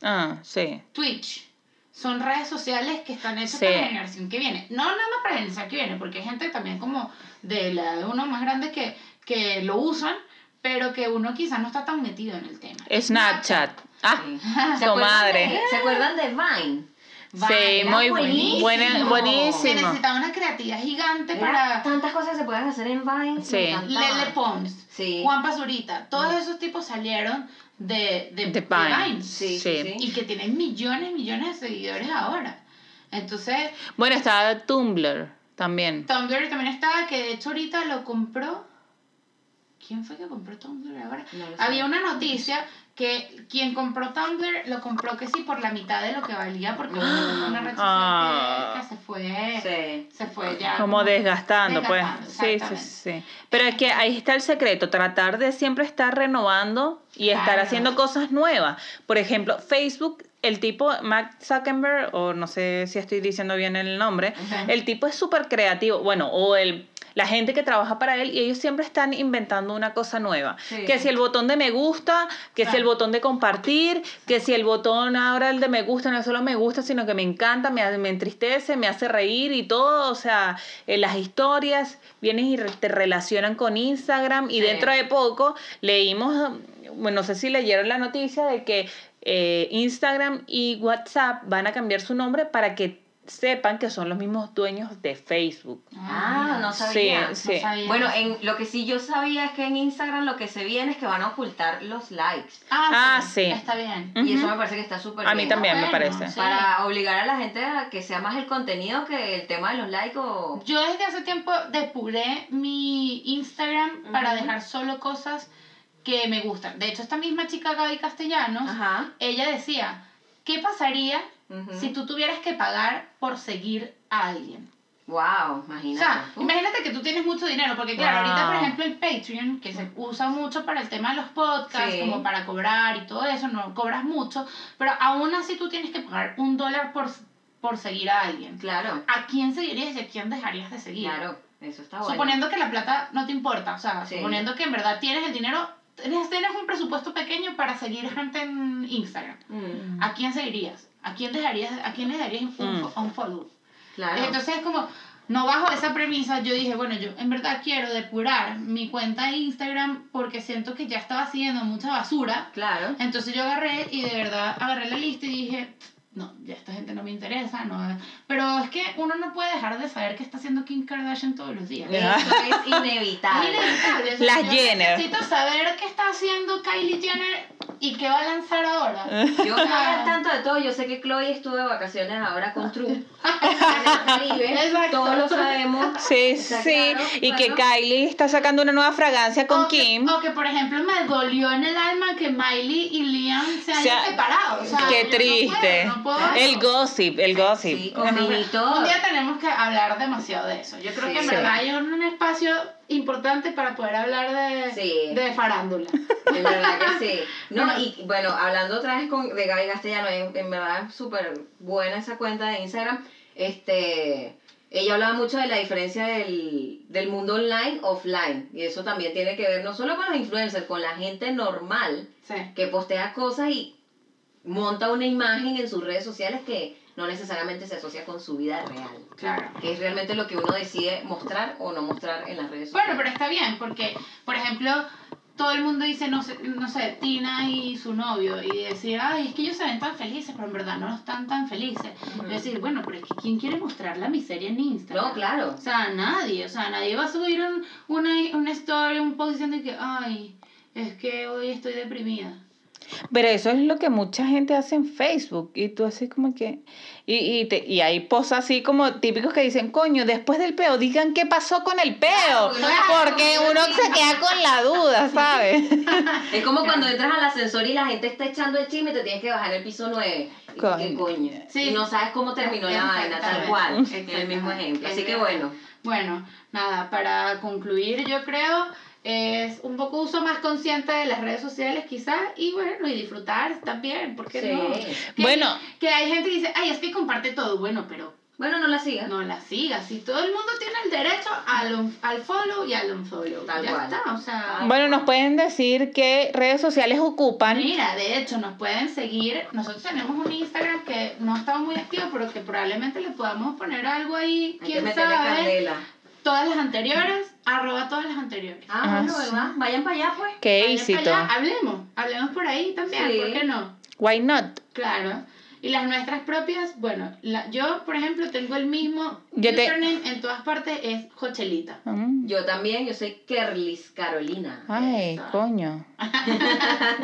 Speaker 1: Ah, sí.
Speaker 3: Twitch, son redes sociales que están hechas
Speaker 1: Sí.
Speaker 3: para la generación que viene. No nada más para la generación que viene, porque hay gente también como de la de uno más grande que, que lo usan, pero que uno quizás no está tan metido en el tema.
Speaker 1: Snapchat. Ah,
Speaker 2: Sí.
Speaker 1: tu
Speaker 2: acuerdan
Speaker 1: madre.
Speaker 2: de- ¿Se acuerdan de Vine?
Speaker 1: Sí,
Speaker 2: era
Speaker 1: muy
Speaker 2: buenísimo.
Speaker 1: buena-
Speaker 3: Se
Speaker 1: buenísimo.
Speaker 3: necesitaba una creatividad gigante
Speaker 2: Era
Speaker 3: para
Speaker 2: Tantas cosas que se pueden hacer en Vine.
Speaker 1: Sí.
Speaker 2: me encantaba.
Speaker 3: Lele Pons,
Speaker 2: Sí.
Speaker 3: Juan Pazurita. Todos esos tipos salieron de, de,
Speaker 1: The
Speaker 3: de
Speaker 1: Vine.
Speaker 3: Vine.
Speaker 1: Sí, sí.
Speaker 2: Sí, sí.
Speaker 3: Y que tienen millones, millones de seguidores ahora. Entonces,
Speaker 1: Bueno, está Tumblr también.
Speaker 3: Tumblr también estaba, que de hecho ahorita lo compró. ¿Quién fue que compró Tumblr ahora?
Speaker 2: No lo sé.
Speaker 3: Había una noticia que quien compró Tumblr lo compró que sí por la mitad de lo que valía porque fue una red social
Speaker 1: Ah.
Speaker 3: que, que se fue.
Speaker 2: Sí.
Speaker 3: Se fue ya.
Speaker 1: Como desgastando, pues.
Speaker 3: Desgastando,
Speaker 1: Sí, sí,
Speaker 3: exactamente.
Speaker 1: sí. Pero es que ahí está el secreto, tratar de siempre estar renovando y estar
Speaker 3: Claro.
Speaker 1: haciendo cosas nuevas. Por ejemplo, Facebook, el tipo Mark Zuckerberg, o no sé si estoy diciendo bien el nombre,
Speaker 3: Ujú.
Speaker 1: el tipo es súper creativo, bueno, o el, la gente que trabaja para él y ellos siempre están inventando una cosa nueva.
Speaker 2: Sí.
Speaker 1: Que si el botón de me gusta, que si
Speaker 3: Claro.
Speaker 1: el botón de compartir, que si el botón ahora el de me gusta no es solo me gusta, sino que me encanta, me, ha- me entristece, me hace reír y todo, o sea, eh, las historias vienen y re- te relacionan con Instagram y
Speaker 2: Sí.
Speaker 1: dentro de poco leímos, bueno, no sé si leyeron la noticia de que eh, Instagram y WhatsApp van a cambiar su nombre para que sepan que son los mismos dueños de Facebook.
Speaker 2: Ah, no
Speaker 1: Sí,
Speaker 2: sabía.
Speaker 1: sí.
Speaker 3: sabía.
Speaker 2: Bueno, en, lo que sí yo sabía es que en Instagram lo que se viene es que van a ocultar los likes.
Speaker 3: Ah,
Speaker 1: Ah, sí.
Speaker 3: Está bien.
Speaker 2: Y eso
Speaker 1: Ujú.
Speaker 2: me parece que está súper
Speaker 1: A mí
Speaker 2: bien.
Speaker 1: también
Speaker 3: Ah,
Speaker 1: me
Speaker 3: bueno,
Speaker 1: parece.
Speaker 3: sí.
Speaker 2: Para obligar a la gente a que sea más el contenido que el tema de los likes o...
Speaker 3: Yo desde hace tiempo depuré mi Instagram para
Speaker 2: Ujú.
Speaker 3: dejar solo cosas que me gustan. De hecho, esta misma chica Gaby Castellanos,
Speaker 2: Ajá.
Speaker 3: ella decía, ¿qué pasaría
Speaker 2: Ujú.
Speaker 3: si tú tuvieras que pagar por seguir a alguien? O
Speaker 2: Wow, imagínate.
Speaker 3: sea,
Speaker 2: Uh.
Speaker 3: imagínate que tú tienes mucho dinero, porque claro,
Speaker 1: Wow.
Speaker 3: ahorita por ejemplo el Patreon, que se usa mucho para el tema de los podcasts,
Speaker 2: Sí.
Speaker 3: como para cobrar y todo eso, no cobras mucho, pero aún así tú tienes que pagar un dólar por, por seguir a alguien.
Speaker 2: Claro,
Speaker 3: ¿A quién seguirías y a quién dejarías de seguir?
Speaker 2: claro, eso está bueno.
Speaker 3: Suponiendo que la plata no te importa, o sea,
Speaker 2: Sí.
Speaker 3: suponiendo que en verdad tienes el dinero, tienes, tienes un presupuesto pequeño para seguir gente en Instagram.
Speaker 2: Mm,
Speaker 3: ¿A quién seguirías? ¿A quién dejarías, a quién le darías un,
Speaker 1: Mm.
Speaker 3: fo- un follow?
Speaker 2: claro.
Speaker 3: Entonces es como, no bajo esa premisa, yo dije, bueno, yo en verdad quiero depurar mi cuenta de Instagram porque siento que ya estaba haciendo mucha basura.
Speaker 2: Claro.
Speaker 3: Entonces yo agarré y de verdad agarré la lista y dije, no, ya esta gente no me interesa, no. Pero es que uno no puede dejar de saber qué está haciendo Kim Kardashian todos los días.
Speaker 1: Ya.
Speaker 2: Eso es inevitable.
Speaker 3: eh, Inevitable, o sea,
Speaker 1: Las
Speaker 3: yo
Speaker 1: Jenner.
Speaker 3: Necesito saber qué está haciendo Kylie Jenner y qué va a lanzar ahora.
Speaker 2: Yo estoy al tanto de todo. Yo sé que Chloe estuvo de vacaciones ahora con True. en el Caribe.
Speaker 3: Exacto.
Speaker 2: Todos lo sabemos.
Speaker 1: Sí,
Speaker 2: Está
Speaker 1: sí.
Speaker 2: claro,
Speaker 1: y que
Speaker 2: claro.
Speaker 1: Kylie está sacando una nueva fragancia con
Speaker 3: o
Speaker 1: Kim.
Speaker 3: Que, o que, por ejemplo, me dolió en el alma que Miley y Liam se hayan
Speaker 1: sea,
Speaker 3: separado. O sea,
Speaker 1: Qué
Speaker 3: yo no
Speaker 1: triste.
Speaker 3: puedo, no puedo.
Speaker 1: el gossip, el gossip.
Speaker 2: Sí, con
Speaker 3: Un
Speaker 2: vinito.
Speaker 3: día tenemos que hablar demasiado de eso. Yo creo
Speaker 2: Sí.
Speaker 3: que en
Speaker 2: Sí.
Speaker 3: verdad hay un, un espacio importante para poder hablar de,
Speaker 2: Sí.
Speaker 3: de farándula.
Speaker 2: En verdad que sí. No, y bueno, hablando otra vez con, de Gaby Castellano, en, en verdad es súper buena esa cuenta de Instagram. Este, ella hablaba mucho de la diferencia del, del mundo online, offline. Y eso también tiene que ver no solo con los influencers, con la gente normal
Speaker 3: Sí.
Speaker 2: que postea cosas y monta una imagen en sus redes sociales que no necesariamente se asocia con su vida real.
Speaker 3: Claro.
Speaker 2: Que es realmente lo que uno decide mostrar o no mostrar en las redes
Speaker 3: Bueno,
Speaker 2: sociales.
Speaker 3: pero está bien, porque, por ejemplo, todo el mundo dice, no sé, no sé, Tina y su novio, y decir, ay, es que ellos se ven tan felices, pero en verdad no están tan felices.
Speaker 2: Ujú.
Speaker 3: Y decir, bueno, pero es que ¿quién quiere mostrar la miseria en Instagram?
Speaker 2: No, claro.
Speaker 3: O sea, nadie, o sea, nadie va a subir un- una, una story, un post diciendo que, ay, es que hoy estoy deprimida.
Speaker 1: Pero eso es lo que mucha gente hace en Facebook. Y tú así como que... Y, y, te- y hay posas así como típicos que dicen, coño, después del peo, digan qué pasó con el peo.
Speaker 2: porque uno está
Speaker 1: Porque
Speaker 2: como
Speaker 1: uno
Speaker 2: así.
Speaker 1: se queda con la duda, ¿sabes?
Speaker 2: Es como cuando entras al ascensor y la gente está echando el chisme y te tienes que bajar el piso 9.
Speaker 1: Coño.
Speaker 2: ¿Qué coño?
Speaker 3: Sí.
Speaker 2: Y no sabes cómo terminó la vaina, tal
Speaker 3: Exactamente.
Speaker 2: cual. El
Speaker 3: Exactamente.
Speaker 2: mismo ejemplo. Así que bueno.
Speaker 3: Bueno, nada, para concluir yo creo es un poco uso más consciente de las redes sociales quizás y bueno, y disfrutar también, porque
Speaker 2: Sí.
Speaker 3: no. Que-
Speaker 1: Bueno.
Speaker 3: Que hay gente que dice, ay, es que comparte todo, bueno, pero
Speaker 2: Bueno, no la sigas.
Speaker 3: no la sigas, si todo el mundo tiene el derecho al, un- al follow y al unfollow,
Speaker 2: Tal
Speaker 3: ya
Speaker 2: cual.
Speaker 3: está, o sea...
Speaker 1: Bueno, nos pueden decir qué redes sociales ocupan.
Speaker 3: Mira, de hecho, nos pueden seguir. Nosotros tenemos un Instagram que no está muy activo, pero que probablemente le podamos poner algo ahí.
Speaker 2: Hay que
Speaker 3: ¿Quién
Speaker 2: meterle
Speaker 3: sabe?
Speaker 2: candela.
Speaker 3: Todas las anteriores, arroba todas las anteriores.
Speaker 2: Ah,
Speaker 1: Ah,
Speaker 2: bueno,
Speaker 1: sí.
Speaker 2: ¿verdad? Vayan para allá, pues.
Speaker 1: Qué
Speaker 3: Vayan
Speaker 1: éxito.
Speaker 3: para allá, hablemos, hablemos por ahí también,
Speaker 2: Sí.
Speaker 3: ¿por qué no?
Speaker 1: Why not?
Speaker 3: Claro. Y las nuestras propias, bueno, la- yo, por ejemplo, tengo el mismo
Speaker 1: Yo te-
Speaker 3: username en todas partes, es Jochelita.
Speaker 1: Mm.
Speaker 2: Yo también, yo soy Kerlis Carolina.
Speaker 1: Ay,
Speaker 3: Esa.
Speaker 1: coño.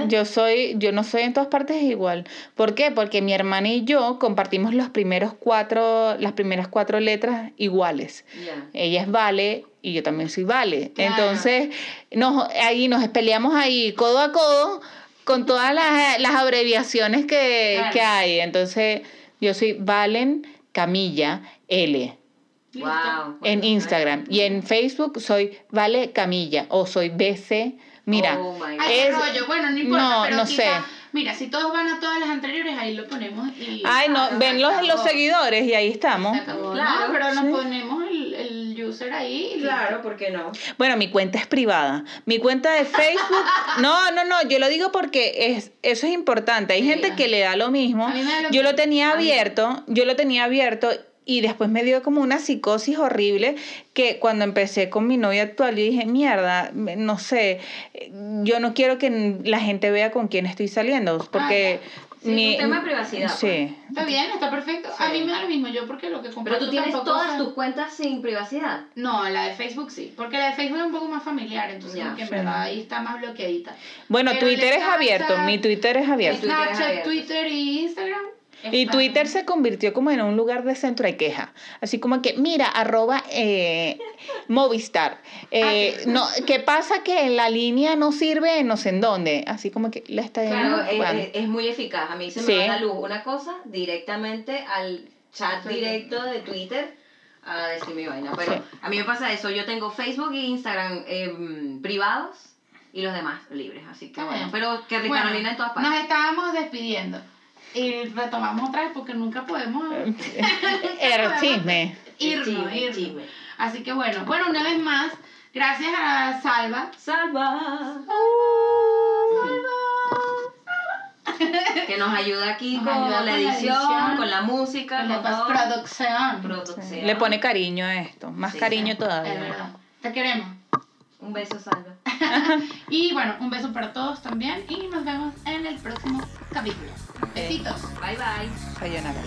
Speaker 1: Yo soy, yo no soy en todas partes igual. ¿Por qué? Porque mi hermana y yo compartimos los primeros cuatro, las primeras cuatro letras iguales.
Speaker 2: Ya.
Speaker 1: Ella es Vale y yo también soy Vale.
Speaker 3: Claro.
Speaker 1: Entonces, nos, ahí nos peleamos ahí codo a codo con todas las, las abreviaciones que,
Speaker 3: Claro.
Speaker 1: que hay. Entonces, yo soy Valen Camilla L
Speaker 3: Listo.
Speaker 2: Wow.
Speaker 1: en Instagram y en Facebook soy Vale Camilla o soy BC. Mira,
Speaker 2: Oh my God.
Speaker 3: Ay, qué
Speaker 1: Es-
Speaker 3: rollo, bueno, no importa,
Speaker 1: no,
Speaker 3: pero
Speaker 1: no
Speaker 3: quizá-
Speaker 1: sé.
Speaker 3: Mira, si todos van a todas las anteriores, ahí lo ponemos y...
Speaker 1: ay no,
Speaker 2: claro,
Speaker 1: ven los, los
Speaker 2: acabó.
Speaker 1: seguidores y ahí estamos.
Speaker 3: Se acabó,
Speaker 2: Claro,
Speaker 3: ¿no? Pero nos
Speaker 1: sí.
Speaker 3: ponemos el, el user ahí. y-
Speaker 2: Claro, ¿por qué no?
Speaker 1: Bueno, mi cuenta es privada. Mi cuenta de Facebook, no, no, no, yo lo digo porque es, eso es importante. Hay
Speaker 3: Sí,
Speaker 1: gente
Speaker 3: ya.
Speaker 1: que le da lo mismo.
Speaker 3: A mí me da lo
Speaker 1: Yo lo
Speaker 3: mismo.
Speaker 1: tenía
Speaker 3: A mí-
Speaker 1: abierto, yo lo tenía abierto y después me dio como una psicosis horrible que cuando empecé con mi novia actual yo dije, mierda, me- no sé, yo no quiero que n- la gente vea con quién estoy saliendo, porque...
Speaker 2: Sí, es un tema de privacidad,
Speaker 1: Sí.
Speaker 3: Está bien, está perfecto. A mí me da lo mismo yo porque lo que comparto
Speaker 2: pues. Pero tú tienes
Speaker 3: tampoco
Speaker 2: todas
Speaker 3: es-
Speaker 2: tus cuentas sin privacidad.
Speaker 3: No, la de Facebook sí, porque la de Facebook es un poco más familiar, entonces
Speaker 2: Ya,
Speaker 3: como que en
Speaker 1: sí.
Speaker 3: verdad ahí está más bloqueadita.
Speaker 1: Bueno,
Speaker 3: Pero
Speaker 1: Twitter
Speaker 3: le
Speaker 1: es abierto,
Speaker 3: encanta-
Speaker 1: mi Twitter es abierto.
Speaker 2: Twitter es
Speaker 3: Snapchat,
Speaker 2: abierto.
Speaker 3: Twitter y Instagram.
Speaker 1: Y
Speaker 3: están-
Speaker 1: Twitter se convirtió como en un lugar de centro de queja. Así como que, mira, arroba eh, Movistar. Eh,
Speaker 3: Ah, sí.
Speaker 1: no, ¿Qué pasa que la línea no sirve en no sé en dónde? Así como que la está
Speaker 2: Claro, eh, es-
Speaker 1: bueno.
Speaker 2: es, es muy eficaz. A mí se me
Speaker 1: Sí.
Speaker 2: va la luz una cosa directamente al chat
Speaker 3: Twitter.
Speaker 2: directo de Twitter a decir mi vaina. Pero
Speaker 1: Sí.
Speaker 2: a mí me pasa eso. Yo tengo Facebook e Instagram em, privados y los demás libres. Así que
Speaker 3: Está
Speaker 2: bueno.
Speaker 3: bien.
Speaker 2: Pero que Ricardo
Speaker 3: Bueno,
Speaker 2: Carolina en todas partes.
Speaker 3: Nos estábamos despidiendo. Y retomamos otra vez porque nunca podemos
Speaker 1: Era Er, chisme.
Speaker 3: irnos.
Speaker 2: Chisme,
Speaker 3: irnos.
Speaker 2: chisme.
Speaker 3: Así que bueno, bueno, una vez más, gracias a Salva.
Speaker 2: Salva. Que nos ayuda aquí
Speaker 3: Nos
Speaker 2: con,
Speaker 3: ayuda con
Speaker 2: la
Speaker 3: la
Speaker 2: edición,
Speaker 3: edición,
Speaker 2: con la música,
Speaker 3: Con
Speaker 2: con,
Speaker 3: la
Speaker 2: todo.
Speaker 3: postproducción.
Speaker 2: Producción.
Speaker 1: Le pone cariño a esto, más
Speaker 2: Sí,
Speaker 1: cariño
Speaker 3: Es
Speaker 1: todavía.
Speaker 3: verdad. Te queremos.
Speaker 2: Un beso, Salva.
Speaker 3: Y bueno, un beso para todos también y nos vemos en el próximo capítulo. Besitos.
Speaker 2: Bye, bye.
Speaker 1: Sayonara.